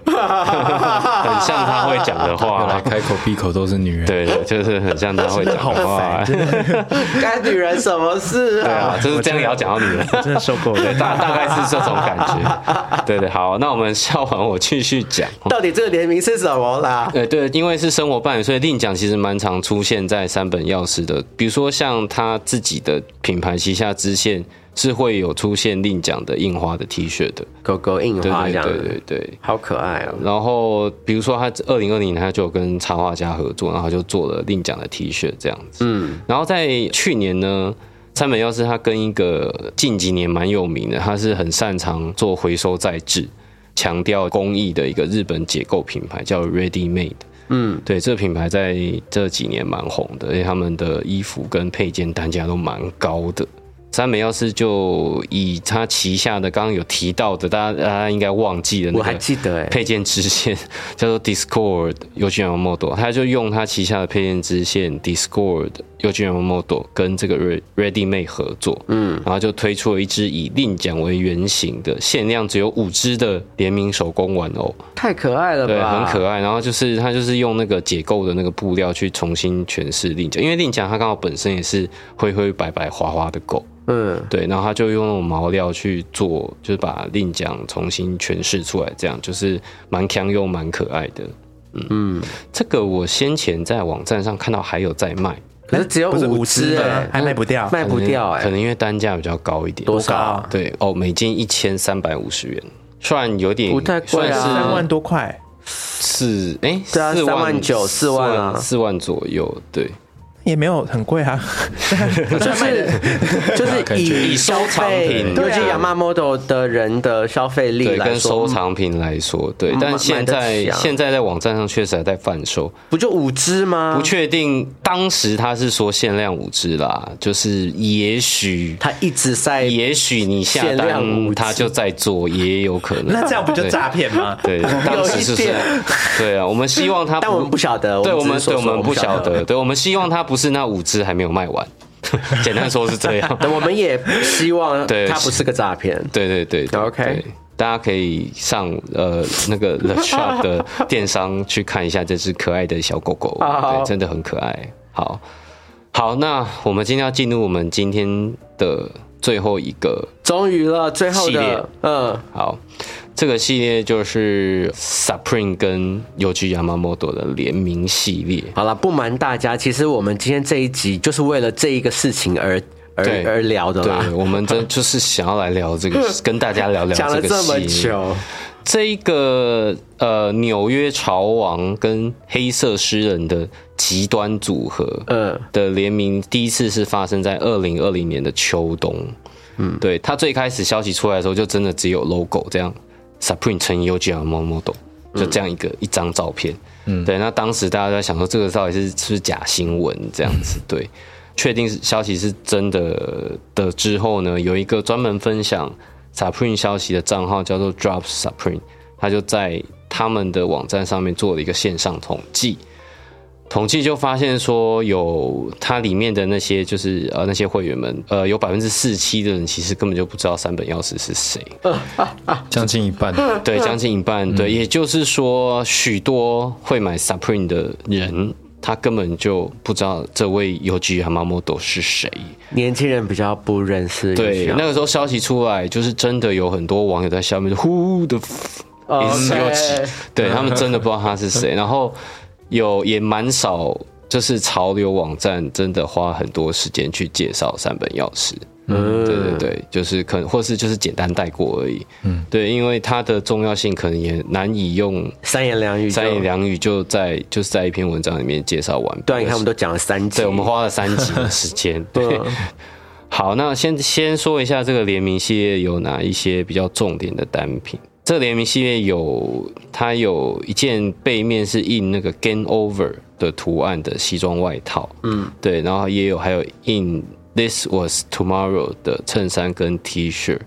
Speaker 2: 很像他会讲的话
Speaker 4: 原来
Speaker 2: 啦。
Speaker 4: 开口闭口都是女人，
Speaker 2: 对，就是 很像他会讲
Speaker 1: 真的好
Speaker 2: 的话
Speaker 1: 烦，。真的
Speaker 3: 干女人什么事
Speaker 2: 对
Speaker 3: 啊？
Speaker 2: 啊，就是这样也要讲到女人。
Speaker 1: 真的受够
Speaker 2: 对，
Speaker 1: 了。
Speaker 2: 大大概是这种感觉。对对，好，那我们笑完我继续讲。
Speaker 3: 到底这个联名是什么啦？
Speaker 2: 对对，因为是生活伴侣，所以令奖其实蛮常出现在三本药师的，比如说像他自己的品牌旗下支线是会有出现令奖的印花的 T 恤的，
Speaker 3: 狗狗印
Speaker 2: 对
Speaker 3: 花
Speaker 2: 对
Speaker 3: 这样，
Speaker 2: 对对对。
Speaker 3: 好可爱哦。
Speaker 2: 然后比如说他二零二零他就有跟插画家合作，然后就做了令奖的 T 恤这样子。
Speaker 3: 嗯，
Speaker 2: 然后在去年呢，三本耀司他跟一个近几年蛮有名的，他是很擅长做回收再制，强调工艺的一个日本解构品牌叫 Ready Made。嗯，对，这个品牌在这几年蛮红的，而且他们的衣服跟配件单价都蛮高的。三美药师就以它旗下的刚刚有提到的，大家大家应该忘记的那
Speaker 3: 我还
Speaker 2: 个
Speaker 3: 记得哎、
Speaker 2: 配件支线 叫做 Discord u g m Model，他就用他旗下的配件支线 Discord u g m Model 跟这个 Re- Ready Made 合作，嗯，然后就推出了一支以令奖为原型的限量只有五只的联名手工玩偶，
Speaker 3: 太可爱了
Speaker 2: 对，很
Speaker 3: 吧？
Speaker 2: 可爱。然后就是它就是用那个解构的那个布料去重新诠释令奖，因为令奖它刚好本身也是灰灰白白滑滑的狗，
Speaker 3: 嗯，
Speaker 2: 对，然后他就用那种毛料去做，就是把令奖重新诠释出来，这样就是蛮强又蛮可爱的。嗯，这个我先前在网站上看到还有在卖，
Speaker 3: 可是只有
Speaker 1: 不是
Speaker 3: 五只
Speaker 1: 吗
Speaker 3: 哎、
Speaker 1: 还卖不掉，
Speaker 3: 卖不掉哎、
Speaker 2: 可能因为单价比较高一点。
Speaker 3: 多少
Speaker 1: 啊
Speaker 3: 啊？
Speaker 2: 对哦，美金一千三百五十元，算有点
Speaker 3: 不太贵
Speaker 2: 算
Speaker 3: 啊
Speaker 1: 三
Speaker 2: 是
Speaker 1: 万多块，
Speaker 2: 四哎，
Speaker 3: 对啊
Speaker 2: 四
Speaker 3: 三万九
Speaker 2: 四
Speaker 3: 四万啊
Speaker 2: 四万左右，对，
Speaker 1: 也没有很贵 啊。
Speaker 3: 就是就是以
Speaker 2: 以收藏品
Speaker 3: 尤其
Speaker 1: 对啊
Speaker 3: 亚麻 model 的人的消费力
Speaker 2: 对，
Speaker 3: 来
Speaker 2: 跟收
Speaker 3: 说，嗯
Speaker 2: 藏品来说，对，但
Speaker 3: 买
Speaker 2: 现
Speaker 3: 买得
Speaker 2: 在
Speaker 3: 起啊
Speaker 2: 现在在网站上确实还在贩售，
Speaker 3: 不就五只吗？
Speaker 2: 不确定，当时他是说限量五只啦，就是也许，
Speaker 3: 他一直在
Speaker 2: 也许你下
Speaker 3: 限量
Speaker 2: 单
Speaker 3: 五只
Speaker 2: 他就在做，也有可能。
Speaker 1: 那这样不就
Speaker 2: 对
Speaker 1: 诈骗吗？
Speaker 2: 对，当时是这样。对啊，我们希望他，
Speaker 3: 但我们不晓得
Speaker 2: 对
Speaker 3: 我
Speaker 2: 我
Speaker 3: 们
Speaker 2: 们
Speaker 3: 只是
Speaker 2: 对
Speaker 3: 说
Speaker 2: 我
Speaker 3: 说
Speaker 2: 们不晓
Speaker 3: 我们不晓
Speaker 2: 得，对我们希望他不是那五只还没有卖完， 简单说是这样。
Speaker 3: 但我们也希 望
Speaker 2: 对
Speaker 3: 它不是个诈骗。
Speaker 2: 对对对对
Speaker 3: OK
Speaker 2: 对大家可以上呃那个 The Shop 的电商去看一下这只可爱的小狗狗，
Speaker 3: 好啊好
Speaker 2: 对，真的很可爱。好，好，那我们今天要进入我们今天的最后一个，
Speaker 3: 终于了，最后
Speaker 2: 系列
Speaker 3: 的，嗯，
Speaker 2: 好，这个系列就是 Supreme 跟 Yoji Yamamoto 的联名系列。
Speaker 3: 好了，不瞒大家，其实我们今天这一集就是为了这一个事情而而
Speaker 2: 对
Speaker 3: 而聊的啦
Speaker 2: 对，。我们 真就是想要来聊这个，跟大家聊聊
Speaker 3: 讲了
Speaker 2: 这个
Speaker 3: 这么
Speaker 2: 系列。
Speaker 3: 久，
Speaker 2: 这一个呃，纽约潮王跟黑色诗人的极端组合，
Speaker 3: 嗯，
Speaker 2: 的联名第一次是发生在二零二零年的秋冬。嗯，对，它最开始消息出来的时候，就真的只有 logo 这样，Supreme 乘以 UGL model 就这样一个、一张照片。嗯，对，那当时大家都在想说，这个到底是是不是假新闻这样子？对，确定是消息是真的的之后呢，有一个专门分享 Supreme 消息的账号叫做 Drop Supreme，他就在他们的网站上面做了一个线上统计。统计就发现说，有它里面的那些就是呃那些会员们，呃有百分之四七的人其实根本就不知道三本钥匙是谁，
Speaker 4: 将近 一半。
Speaker 2: 对，将近一半，对，也就是说，许多会买 Supreme 的人，他根本就不知道这位 y o g i Hamamoto 是谁。
Speaker 3: 年轻人比较不认识。
Speaker 2: 对，
Speaker 3: 有些
Speaker 2: 那个时候消息出来，就是真的有很多网友在下面说 Who the f-
Speaker 3: 哦
Speaker 2: is
Speaker 3: OK
Speaker 2: Yoji？对他们真的不知道他是 谁，然后有也蛮少，就是潮流网站真的花很多时间去介绍三本钥匙。嗯，对对对，就是可能或是就是简单带过而已。嗯，对，因为它的重要性可能也难以用
Speaker 3: 三言两语就，
Speaker 2: 三言两语就在就是在一篇文章里面介绍完毕。
Speaker 3: 对啊，你看我们都讲了三集，
Speaker 2: 对，我们花了三集的时间。 对，啊好，那先先说一下这个联名系列有哪一些比较重点的单品。这个联名系列有，它有一件背面是印那个 “Game Over” 的图案的西装外套，嗯，对，然后也有还有印 “This Was Tomorrow” 的衬衫跟 T 恤。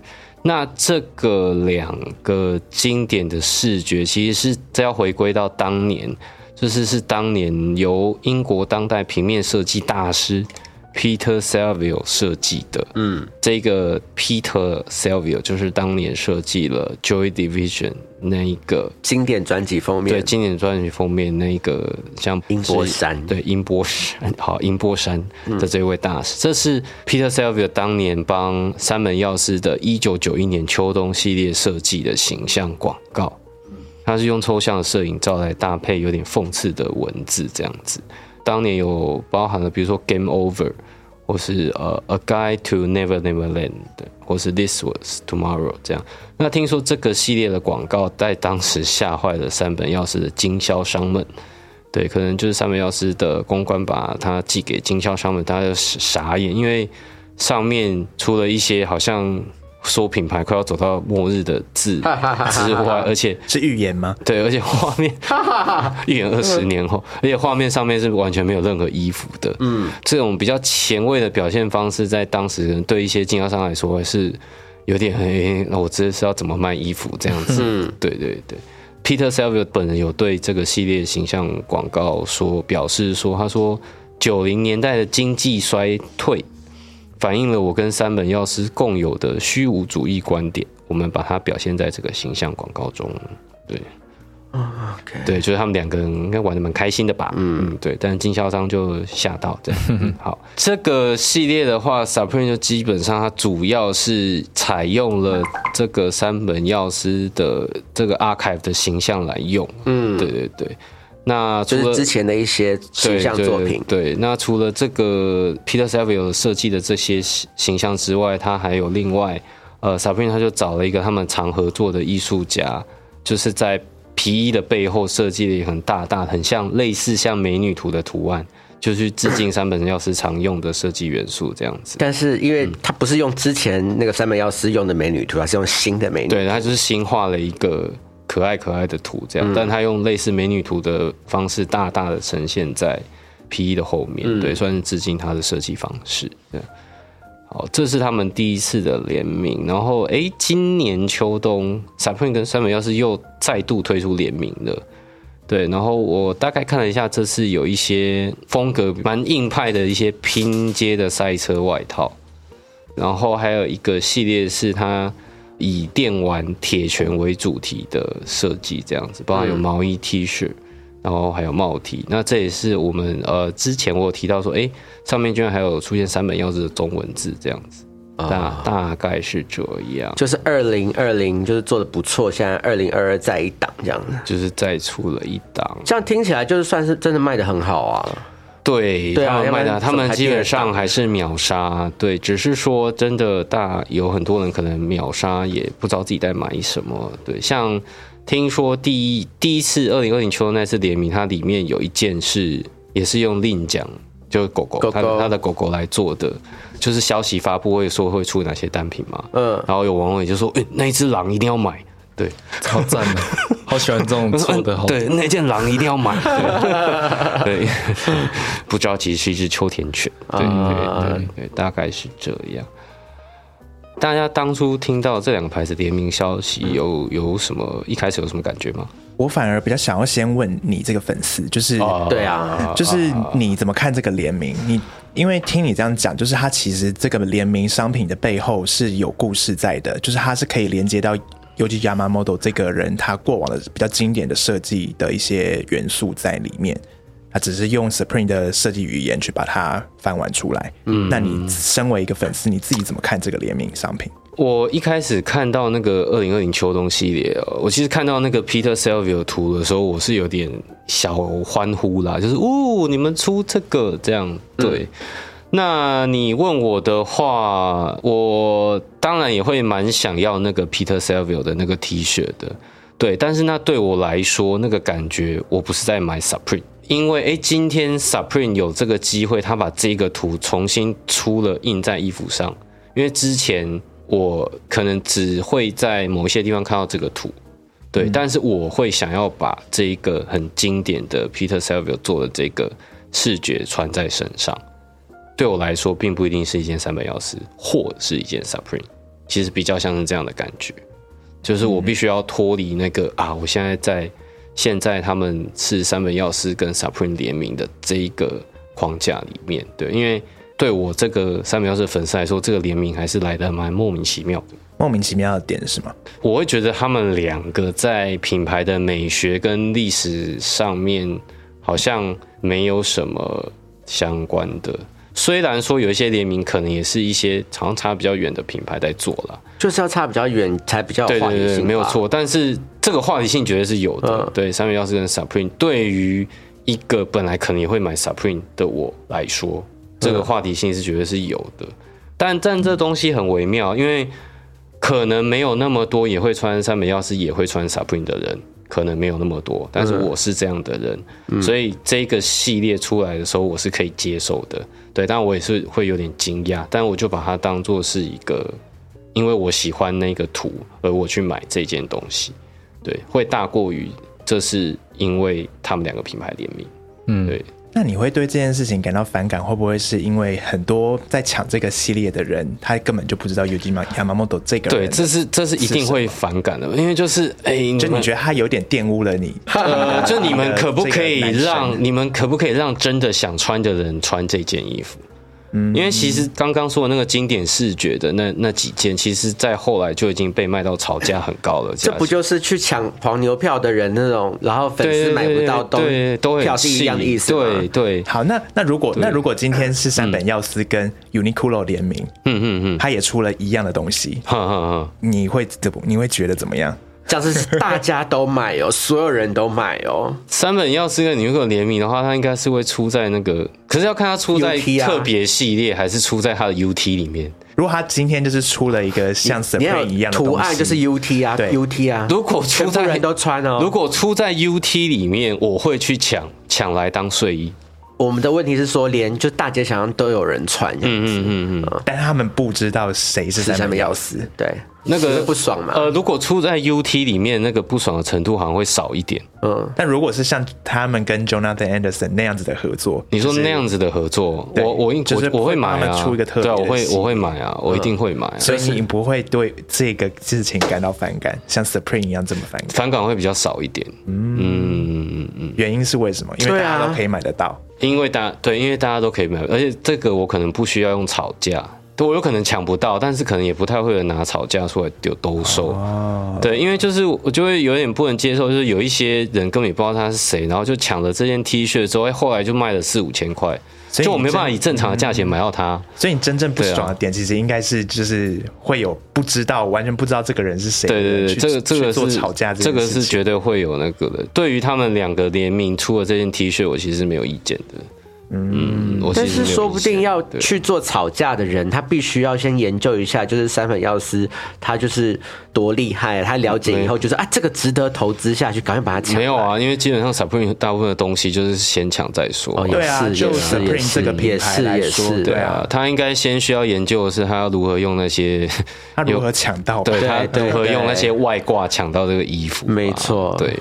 Speaker 2: 那这个两个经典的视觉，其实是这要回归到当年，就是是当年由英国当代平面设计大师 Peter Saville 设计的。嗯，这个 Peter Saville 就是当年设计了 Joy Division 那一个
Speaker 3: 经典专辑封
Speaker 2: 对
Speaker 3: 面，
Speaker 2: 经典专辑封面那一个像
Speaker 3: 英波山
Speaker 2: 对英波山 好英波山的这位大师，这是 Peter Saville 当年帮三门药师的1991年秋冬系列设计的形象广告。它是用抽象的摄影照来搭配有点讽刺的文字，这样子。当年有包含了比如说 Game Over，或是呃 A Guide to Never Never Land，或是 This Was Tomorrow 这样。那听说这个系列的广告在当时吓坏了三本钥匙的经销商们。对，可能就是三本药师的公关把它寄给经销商们，大家就傻眼，因为上面出了一些好像说品牌快要走到末日的字之外，而且
Speaker 1: 是预言吗？
Speaker 2: 对，而且画 面一眼二十年后，而且画面上面是完全没有任何衣服的。嗯，这种比较前卫的表现方式，在当时可能对一些经销商来说是有点很，那我这是要怎么卖衣服这样子？嗯，对对对。Peter Saville 本人有对这个系列形象广告说，表示说，他说九零年代的经济衰退反映了我跟三本药师共有的虚无主义观点，我们把它表现在这个形象广告中。对，
Speaker 3: OK，
Speaker 2: 对，就是他们两个人应该玩的蛮开心的吧？嗯，对。但是经销商就吓到这样、嗯好，这个系列的话，Supreme 就基本上它主要是采用了这个三本药师的这个 archive 的形象来用。嗯，对对对。那除
Speaker 3: 就
Speaker 2: 了
Speaker 3: 是之前的一些
Speaker 2: 对
Speaker 3: 形象作品，
Speaker 2: 对对对那除了这个 Peter Saville 设计的这些形形象之外，他还有另外，呃，Sabrina 他就找了一个他们常合作的艺术家，就是在皮衣的背后设计了一个很大大、很像类似像美女图的图案，就是致敬山本耀司常用的设计元素这样子。
Speaker 3: 但是因为他不是用之前那个三本药师用的美女图，他是用新的美女，
Speaker 2: 对，他就是新画了一个可爱可爱的图这样，
Speaker 3: 嗯
Speaker 2: 但他用类似美女图的方式，大大的呈现在 P E 的后面，
Speaker 3: 嗯
Speaker 2: 对，算是致敬他的设计方式。这样，好，这是他们第一次的联名。然后，诶，今年秋冬，Supreme 跟三本耀司又再度推出联名了。对，然后我大概看了一下，这次有一些风格蛮硬派的一些拼接的赛车外套，然后还有一个系列是它以电玩铁拳为主题的设计，这样子，包含有毛衣 T 恤，然后还有帽 T。那这也是我们呃之前我有提到说，诶，上面居然还有出现三本钥匙的中文字这样子，大大概是这样，
Speaker 3: 就是二零二零就是做的不错，现在二零二二再一档这样子，
Speaker 2: 就是再出了一档。
Speaker 3: 这样听起来就是算是真的卖的很好啊。
Speaker 2: 对，
Speaker 3: 对
Speaker 2: 他
Speaker 3: 啊
Speaker 2: 们
Speaker 3: 要不
Speaker 2: 卖
Speaker 3: 然
Speaker 2: 的，
Speaker 3: 怎
Speaker 2: 他
Speaker 3: 么
Speaker 2: 们
Speaker 3: 还
Speaker 2: 基
Speaker 3: 第
Speaker 2: 本
Speaker 3: 二
Speaker 2: 上还是秒杀。对，只是说真的大，有很多人可能秒杀也不知道自己在买什么。对，像听说第一第一次二零二零秋冬那次联名，它里面有一件是也是用令奖，就是狗狗，
Speaker 3: 狗
Speaker 2: 它的
Speaker 3: 狗
Speaker 2: 它的狗狗来做的，就是消息发布会说会出哪些单品嘛。
Speaker 3: 嗯，
Speaker 2: 然后有网友也就说，哎、那一只狼一定要买。对，
Speaker 4: 超赞的，好喜欢这 种
Speaker 2: 我说
Speaker 4: 做
Speaker 2: 嗯
Speaker 4: 的好。
Speaker 2: 对，那件狼一定要买。 对，对 不知道其实是一只秋田犬。对对对对，大概是这样。大家当初听到这两个牌子联名消息，有有什么一开始有什么感觉吗？
Speaker 1: 我反而比较想要先问你这个粉丝，就是、
Speaker 2: 哦
Speaker 3: 对 啊，
Speaker 1: 就是你怎么看这个联名？你因为听你这样讲，就是它其实这个联名商品的背后是有故事在的，就是它是可以连接到。尤其 Yamamoto 这个人，他过往的比较经典的设计的一些元素在里面，他只是用 Supreme 的设计语言去把它翻玩出来。嗯，那你身为一个粉丝，你自己怎么看这个联名商品？
Speaker 2: 我一开始看到那个二零二零秋冬系列哦，我其实看到那个 Peter Selvio 的图的时候，我是有点小欢呼啦，就是哦，你们出这个这样对。那你问我的话，我当然也会蛮想要那个 Peter Selvio 的那个 T 恤的，对。但是那对我来说，那个感觉我不是在买 Supreme，因为诶，今天 Supreme 有这个机会，他把这个图重新出了印在衣服上，因为之前我可能只会在某一些地方看到这个图，对，但是我会想要把这一个很经典的 Peter Saville 做的这个视觉穿在身上，对我来说，并不一定是一件三本钥匙，或是一件 Supreme，其实比较像是这样的感觉，就是我必须要脱离那个、啊，我现在在现在他们是三本钥匙跟 Supreme 联名的这一个框架里面，对，因为对我这个三本钥匙的粉丝来说，这个联名还是来的蛮莫名其妙的。
Speaker 1: 莫名其妙的点是吗？
Speaker 2: 我会觉得他们两个在品牌的美学跟历史上面好像没有什么相关的。虽然说有一些联名可能也是一些好像差比较远的品牌在做啦，
Speaker 3: 就是要差比较远才比较
Speaker 2: 对
Speaker 3: 有话
Speaker 2: 对
Speaker 3: 题
Speaker 2: 对，
Speaker 3: 性，
Speaker 2: 没有。错。但是这个话题性绝对是有的。
Speaker 3: 嗯
Speaker 2: 对，三月钥匙跟 Supreme 对于一个本来可能也会买 Supreme 的我来说，这个话题性是绝对是有的。但但这东西很微妙，因为可能没有那么多也会穿三本钥匙也会穿 Supreme 的人，可能没有那么多。但是我是这样的人，
Speaker 3: 嗯
Speaker 2: 所以这个系列出来的时候，我是可以接受的。对，但我也是会有点惊讶，但我就把它当做是一个因为我喜欢那个图，而我去买这件东西，对，会大过于这是因为他们两个品牌联名，嗯，对，
Speaker 1: 那你会对这件事情感到反感，会不会是因为很多在抢这个系列的人，他根本就不知道 Yuji Yamamoto 这个
Speaker 2: 对，
Speaker 1: 人？
Speaker 2: 这是这是一定会反感的，因为就是哎、
Speaker 1: 就
Speaker 2: 们
Speaker 1: 你觉得他有点玷污了你？
Speaker 2: 呃，就你们可不可 以
Speaker 1: 这个男
Speaker 2: 让
Speaker 1: 生
Speaker 2: 你们可不可以让真的想穿的人穿这件衣服？嗯，因为其实刚刚说的那个经典视觉的那那几件，其实在后来就已经被卖到炒价很高了。
Speaker 3: 这不就是去抢黄牛票的人那种，然后粉
Speaker 2: 对
Speaker 3: 丝
Speaker 2: 对
Speaker 3: 买不到都
Speaker 2: 对都很
Speaker 3: 票是一样的意思吗？
Speaker 2: 对对，
Speaker 1: 好，那那如果那如果今天是山本耀司跟 Uniqlo 联名，
Speaker 2: 嗯嗯嗯，
Speaker 1: 他也出了一样的东西，
Speaker 2: 哈哈哈。
Speaker 1: 你会怎么？你会觉得怎么样？
Speaker 3: 这样是大家都买 哦，所有人都买哦。
Speaker 2: 三本要是跟你如果联名的话，它应该是会出在那个，可是要看它出在
Speaker 3: UT 啊
Speaker 2: 特别系列还是出在它的 UT 里面。
Speaker 1: 如果他今天就是出了一个像 s u
Speaker 3: 你
Speaker 1: p r
Speaker 3: 要
Speaker 1: e 一样的东西，
Speaker 3: 图案就是 UT 啊
Speaker 1: 对
Speaker 3: ，UT 啊，
Speaker 2: 如果出
Speaker 3: 全部
Speaker 2: 在
Speaker 3: 人都穿哦。
Speaker 2: 如果出在 UT 里面，我会去抢抢来当睡衣。
Speaker 3: 我们的问题是说，连就大街小巷都有人穿，嗯嗯，
Speaker 2: 嗯嗯嗯，
Speaker 1: 但他们不知道谁是
Speaker 3: 是
Speaker 1: 山
Speaker 3: 什么
Speaker 1: 本耀
Speaker 3: 要
Speaker 1: 司
Speaker 3: 死。？对，
Speaker 2: 那
Speaker 3: 你
Speaker 2: 个
Speaker 3: 会不爽嘛？
Speaker 2: 呃，如果出在 UT 里面，那个不爽的程度好像会少一点。
Speaker 3: 嗯，
Speaker 1: 但如果是像他们跟 Jonathan Anderson 那样子的合作，
Speaker 2: 你说
Speaker 1: 就是
Speaker 2: 那样子的合作，
Speaker 1: 对
Speaker 2: 我我应
Speaker 1: 就是
Speaker 2: 我我会
Speaker 1: 会帮
Speaker 2: 买
Speaker 1: 他
Speaker 2: 啊，
Speaker 1: 们出一个特别
Speaker 2: 对啊，
Speaker 1: 的
Speaker 2: 我会
Speaker 1: 系列嗯
Speaker 2: 我会买啊，我一定会买啊。
Speaker 1: 所以你不会对这个事情感到反感，像 Supreme 一样这么反感。
Speaker 2: 反感会比较少一点，嗯嗯嗯，
Speaker 1: 原因是为什么？因为
Speaker 3: 对
Speaker 1: 大
Speaker 3: 啊
Speaker 1: 家都可以买得到。
Speaker 2: 因为大对，因为大家都可以买，而且这个我可能不需要用吵架，对我有可能抢不到，但是可能也不太会有人拿吵架出来丢兜售，
Speaker 1: 哦
Speaker 2: 对，因为就是我就会有点不能接受，就是有一些人根本也不知道他是谁，然后就抢了这件 T 恤之后，哎后来就卖了四五千块，
Speaker 1: 所以
Speaker 2: 就我
Speaker 1: 你嗯
Speaker 2: 没办法
Speaker 1: 真
Speaker 2: 以正常的价钱买到它。
Speaker 1: 所以你真正不
Speaker 2: 对啊
Speaker 1: 爽的点，其实应该是就是会有不知道，完全不知道这个人是谁的
Speaker 2: 对对
Speaker 1: 人
Speaker 2: 对，
Speaker 1: 去，
Speaker 2: 这个这
Speaker 1: 去
Speaker 2: 个
Speaker 1: 做
Speaker 2: 是
Speaker 1: 吵架
Speaker 2: 这
Speaker 1: 件
Speaker 2: 个
Speaker 1: 事
Speaker 2: 是
Speaker 1: 情。
Speaker 2: 绝对会有那个的。对于他们两个联名出的这件 T 恤，我其实是没有意见的。嗯，我其
Speaker 3: 但
Speaker 2: 实
Speaker 3: 是
Speaker 2: 没有
Speaker 3: 说不
Speaker 2: 意见
Speaker 3: 定要
Speaker 2: 对
Speaker 3: 去做吵架的人，他必须要先研究一下，就是三本药师他就是多厉害，他了解以后就是啊，这个值得投资下去，赶快把它抢。
Speaker 2: 没有，啊，因为基本上 Supreme 大部分的东西就是先抢再说。
Speaker 3: 哦，也
Speaker 1: 对啊
Speaker 3: 是，
Speaker 1: 就
Speaker 3: 也是，
Speaker 1: Supreme
Speaker 3: 也
Speaker 1: 这个
Speaker 3: 是，也
Speaker 1: 品牌
Speaker 3: 是，
Speaker 1: 来
Speaker 3: 也
Speaker 1: 说
Speaker 3: 是，
Speaker 2: 对
Speaker 1: 对
Speaker 2: 啊
Speaker 1: 啊，
Speaker 2: 他应该先需要研究的是他要如何用那些，
Speaker 1: 他如何抢到？
Speaker 2: 对他
Speaker 3: 对
Speaker 2: 如何
Speaker 3: 对
Speaker 2: 用那些外挂抢到这个衣服吧。
Speaker 3: 没错
Speaker 2: 对，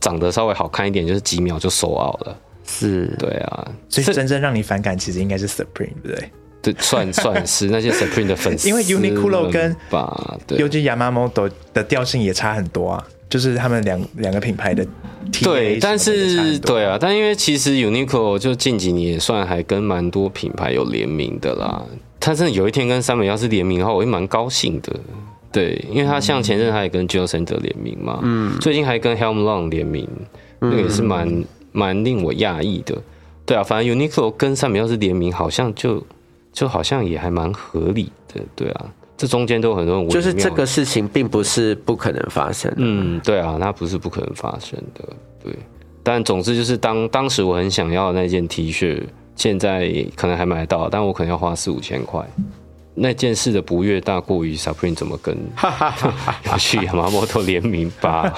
Speaker 2: 长得稍微好看一点，就是几秒就收 out 了。
Speaker 3: 是。
Speaker 2: 对啊，
Speaker 1: 所以
Speaker 2: 这
Speaker 1: 真正让你反感，其实应该是 Supreme，对不对？
Speaker 2: 对，算算是那些 Supreme 的粉丝
Speaker 1: 因
Speaker 2: 们
Speaker 1: 为
Speaker 2: 吧，
Speaker 1: Uniqlo 跟尤
Speaker 2: 对
Speaker 1: 其 Yamamoto 的调性也差很多啊，就是他们两两个品牌的 TA 什么的
Speaker 2: 对，但
Speaker 1: 也差
Speaker 2: 是
Speaker 1: 很多
Speaker 2: 对啊，但因为其实 Uniqlo 就近几年也算还跟蛮多品牌有联名的啦。他真的有一天跟三本耀司联名的话，我会蛮高兴的。对，因为他像前任他也跟 j o s e n 的联名嘛，嗯，最近还跟 Helm Long 联名，那个也是蛮蛮令我讶异的。对啊，反正 Uniqlo 跟三本耀司联名，好像就就好像也还蛮合理的。对啊，这中间都有很多很微
Speaker 3: 就是这
Speaker 2: 妙的
Speaker 3: 个事情并不是不可能发生的，
Speaker 2: 嗯，对啊，那不是不可能发生的，对。但总之就是当当时我很想要的那件 T 恤，现在可能还买得到，但我可能要花四五千块。那件事的不悦大过于 Supreme 怎么跟有去雅马摩托联名吧？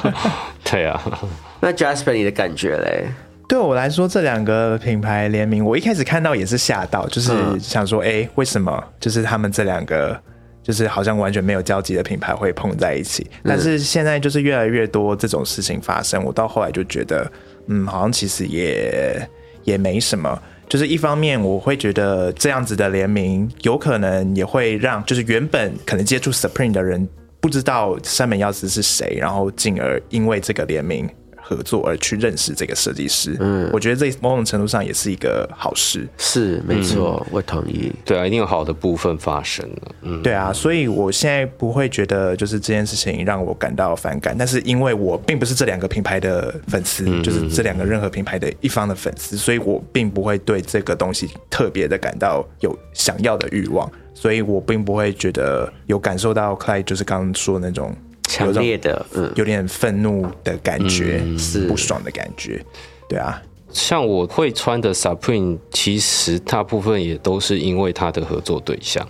Speaker 2: 对啊，
Speaker 3: 那 Jasper 你的感觉嘞？
Speaker 1: 对我来说，这两个品牌联名，我一开始看到也是吓到，就是想说，哎、为什么就是他们这两个就是好像完全没有交集的品牌会碰在一起？但是现在就是越来越多这种事情发生，我到后来就觉得，嗯，好像其实也也没什么。就是一方面，我会觉得这样子的联名有可能也会让，就是原本可能接触 Supreme 的人不知道山本耀司是谁，然后进而因为这个联名合作而去认识这个设计师。嗯，我觉得这某种程度上也是一个好事。
Speaker 3: 是没错，我同意。
Speaker 2: 对啊，一定有好的部分发生了。嗯，
Speaker 1: 对啊，所以我现在不会觉得就是这件事情让我感到反感，但是因为我并不是这两个品牌的粉丝，
Speaker 3: 嗯
Speaker 1: 就是这两个任何品牌的一方的粉丝，所以我并不会对这个东西特别的感到有想要的欲望，所以我并不会觉得有感受到 Clay 就是刚刚说那种
Speaker 3: 强烈的嗯
Speaker 1: 有种有点愤怒的感觉，
Speaker 3: 是
Speaker 1: 不爽的感觉，对啊，
Speaker 2: 像我会穿的 Supreme，其实大部分也都是因为它的合作对象。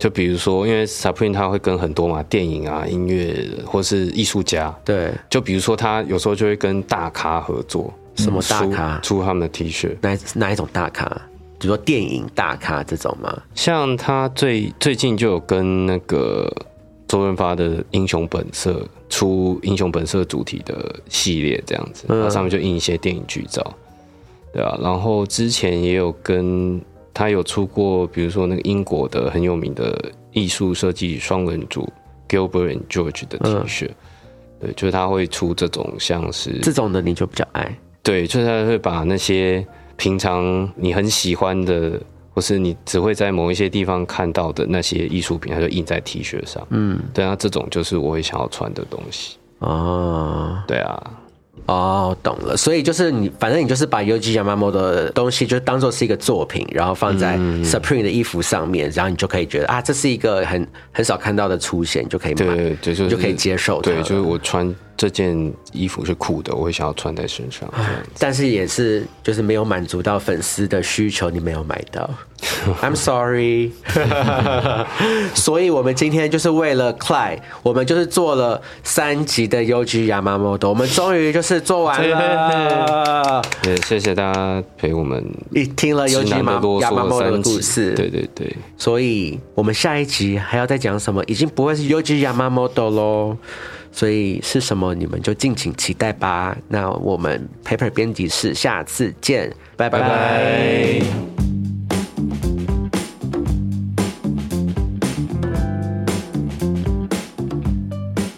Speaker 2: 就比如说，因为 Supreme 它会跟很多嘛电影啊、音乐或是艺术家，
Speaker 3: 对，
Speaker 2: 就比如说它有时候就会跟大咖合作，
Speaker 3: 什么大咖
Speaker 2: 嗯出出他们的 T 恤，
Speaker 3: 哪哪一种大咖？比如说电影大咖这种吗？
Speaker 2: 像他最最近就有跟那个周润发的《英雄本色》出《英雄本色》主题的系列这样子，然后上面就印一些电影剧照，对啊，然后之前也有跟他有出过，比如说那个英国的很有名的艺术设计双人组 Gilbert and George 的 T 恤，对，就是他会出这种像是
Speaker 3: 这种的你就比较爱。
Speaker 2: 对，就是他会把那些平常你很喜欢的，或是你只会在某一些地方看到的那些艺术品，它就印在 T 恤上。嗯，对啊，这种就是我会想要穿的东西。
Speaker 3: 哦
Speaker 2: 对啊，
Speaker 3: 哦，懂了。所以就是你，反正你就是把 Uji Yamamoto 的东西，就当做是一个作品，然后放在
Speaker 2: 嗯
Speaker 3: Supreme 的衣服上面，然后你就可以觉得啊，这是一个很很少看到的出现，你就可以买，
Speaker 2: 对对对，就是
Speaker 3: 你就可以接受它
Speaker 2: 对
Speaker 3: 了，
Speaker 2: 就是我穿这件衣服是酷的，我会想要穿在身上。这样
Speaker 3: 但是也是就是没有满足到粉丝的需求，你没有买到。I'm sorry。所以我们今天就是为了 Cly，我们就是做了三集的 UG Yamamoto，我们终于就是 做完了。
Speaker 2: 也谢谢大家陪我们
Speaker 3: 你听了
Speaker 2: 直
Speaker 3: UG
Speaker 2: 男的啰
Speaker 3: Yamamoto
Speaker 2: 嗦
Speaker 3: 的
Speaker 2: 三
Speaker 3: 故
Speaker 2: 集，
Speaker 3: 事，
Speaker 2: 对对对，
Speaker 3: 所以我们下一集还要再讲什么，已经不会是 Yuji Yamamoto 喽。所以是什么，你们就敬请期待吧。那我们 Paper 编辑室下次见，拜
Speaker 2: 拜拜。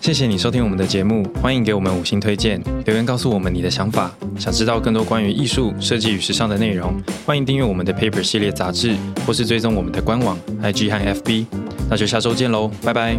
Speaker 4: 谢谢你收听我们的节目，欢迎给我们五星推荐，留言告诉我们你的想法。想知道更多关于艺术、设计与时尚的内容，欢迎订阅我们的 Paper 系列杂志，或是追踪我们的官网、IG 和 FB。那就下周见喽，拜拜。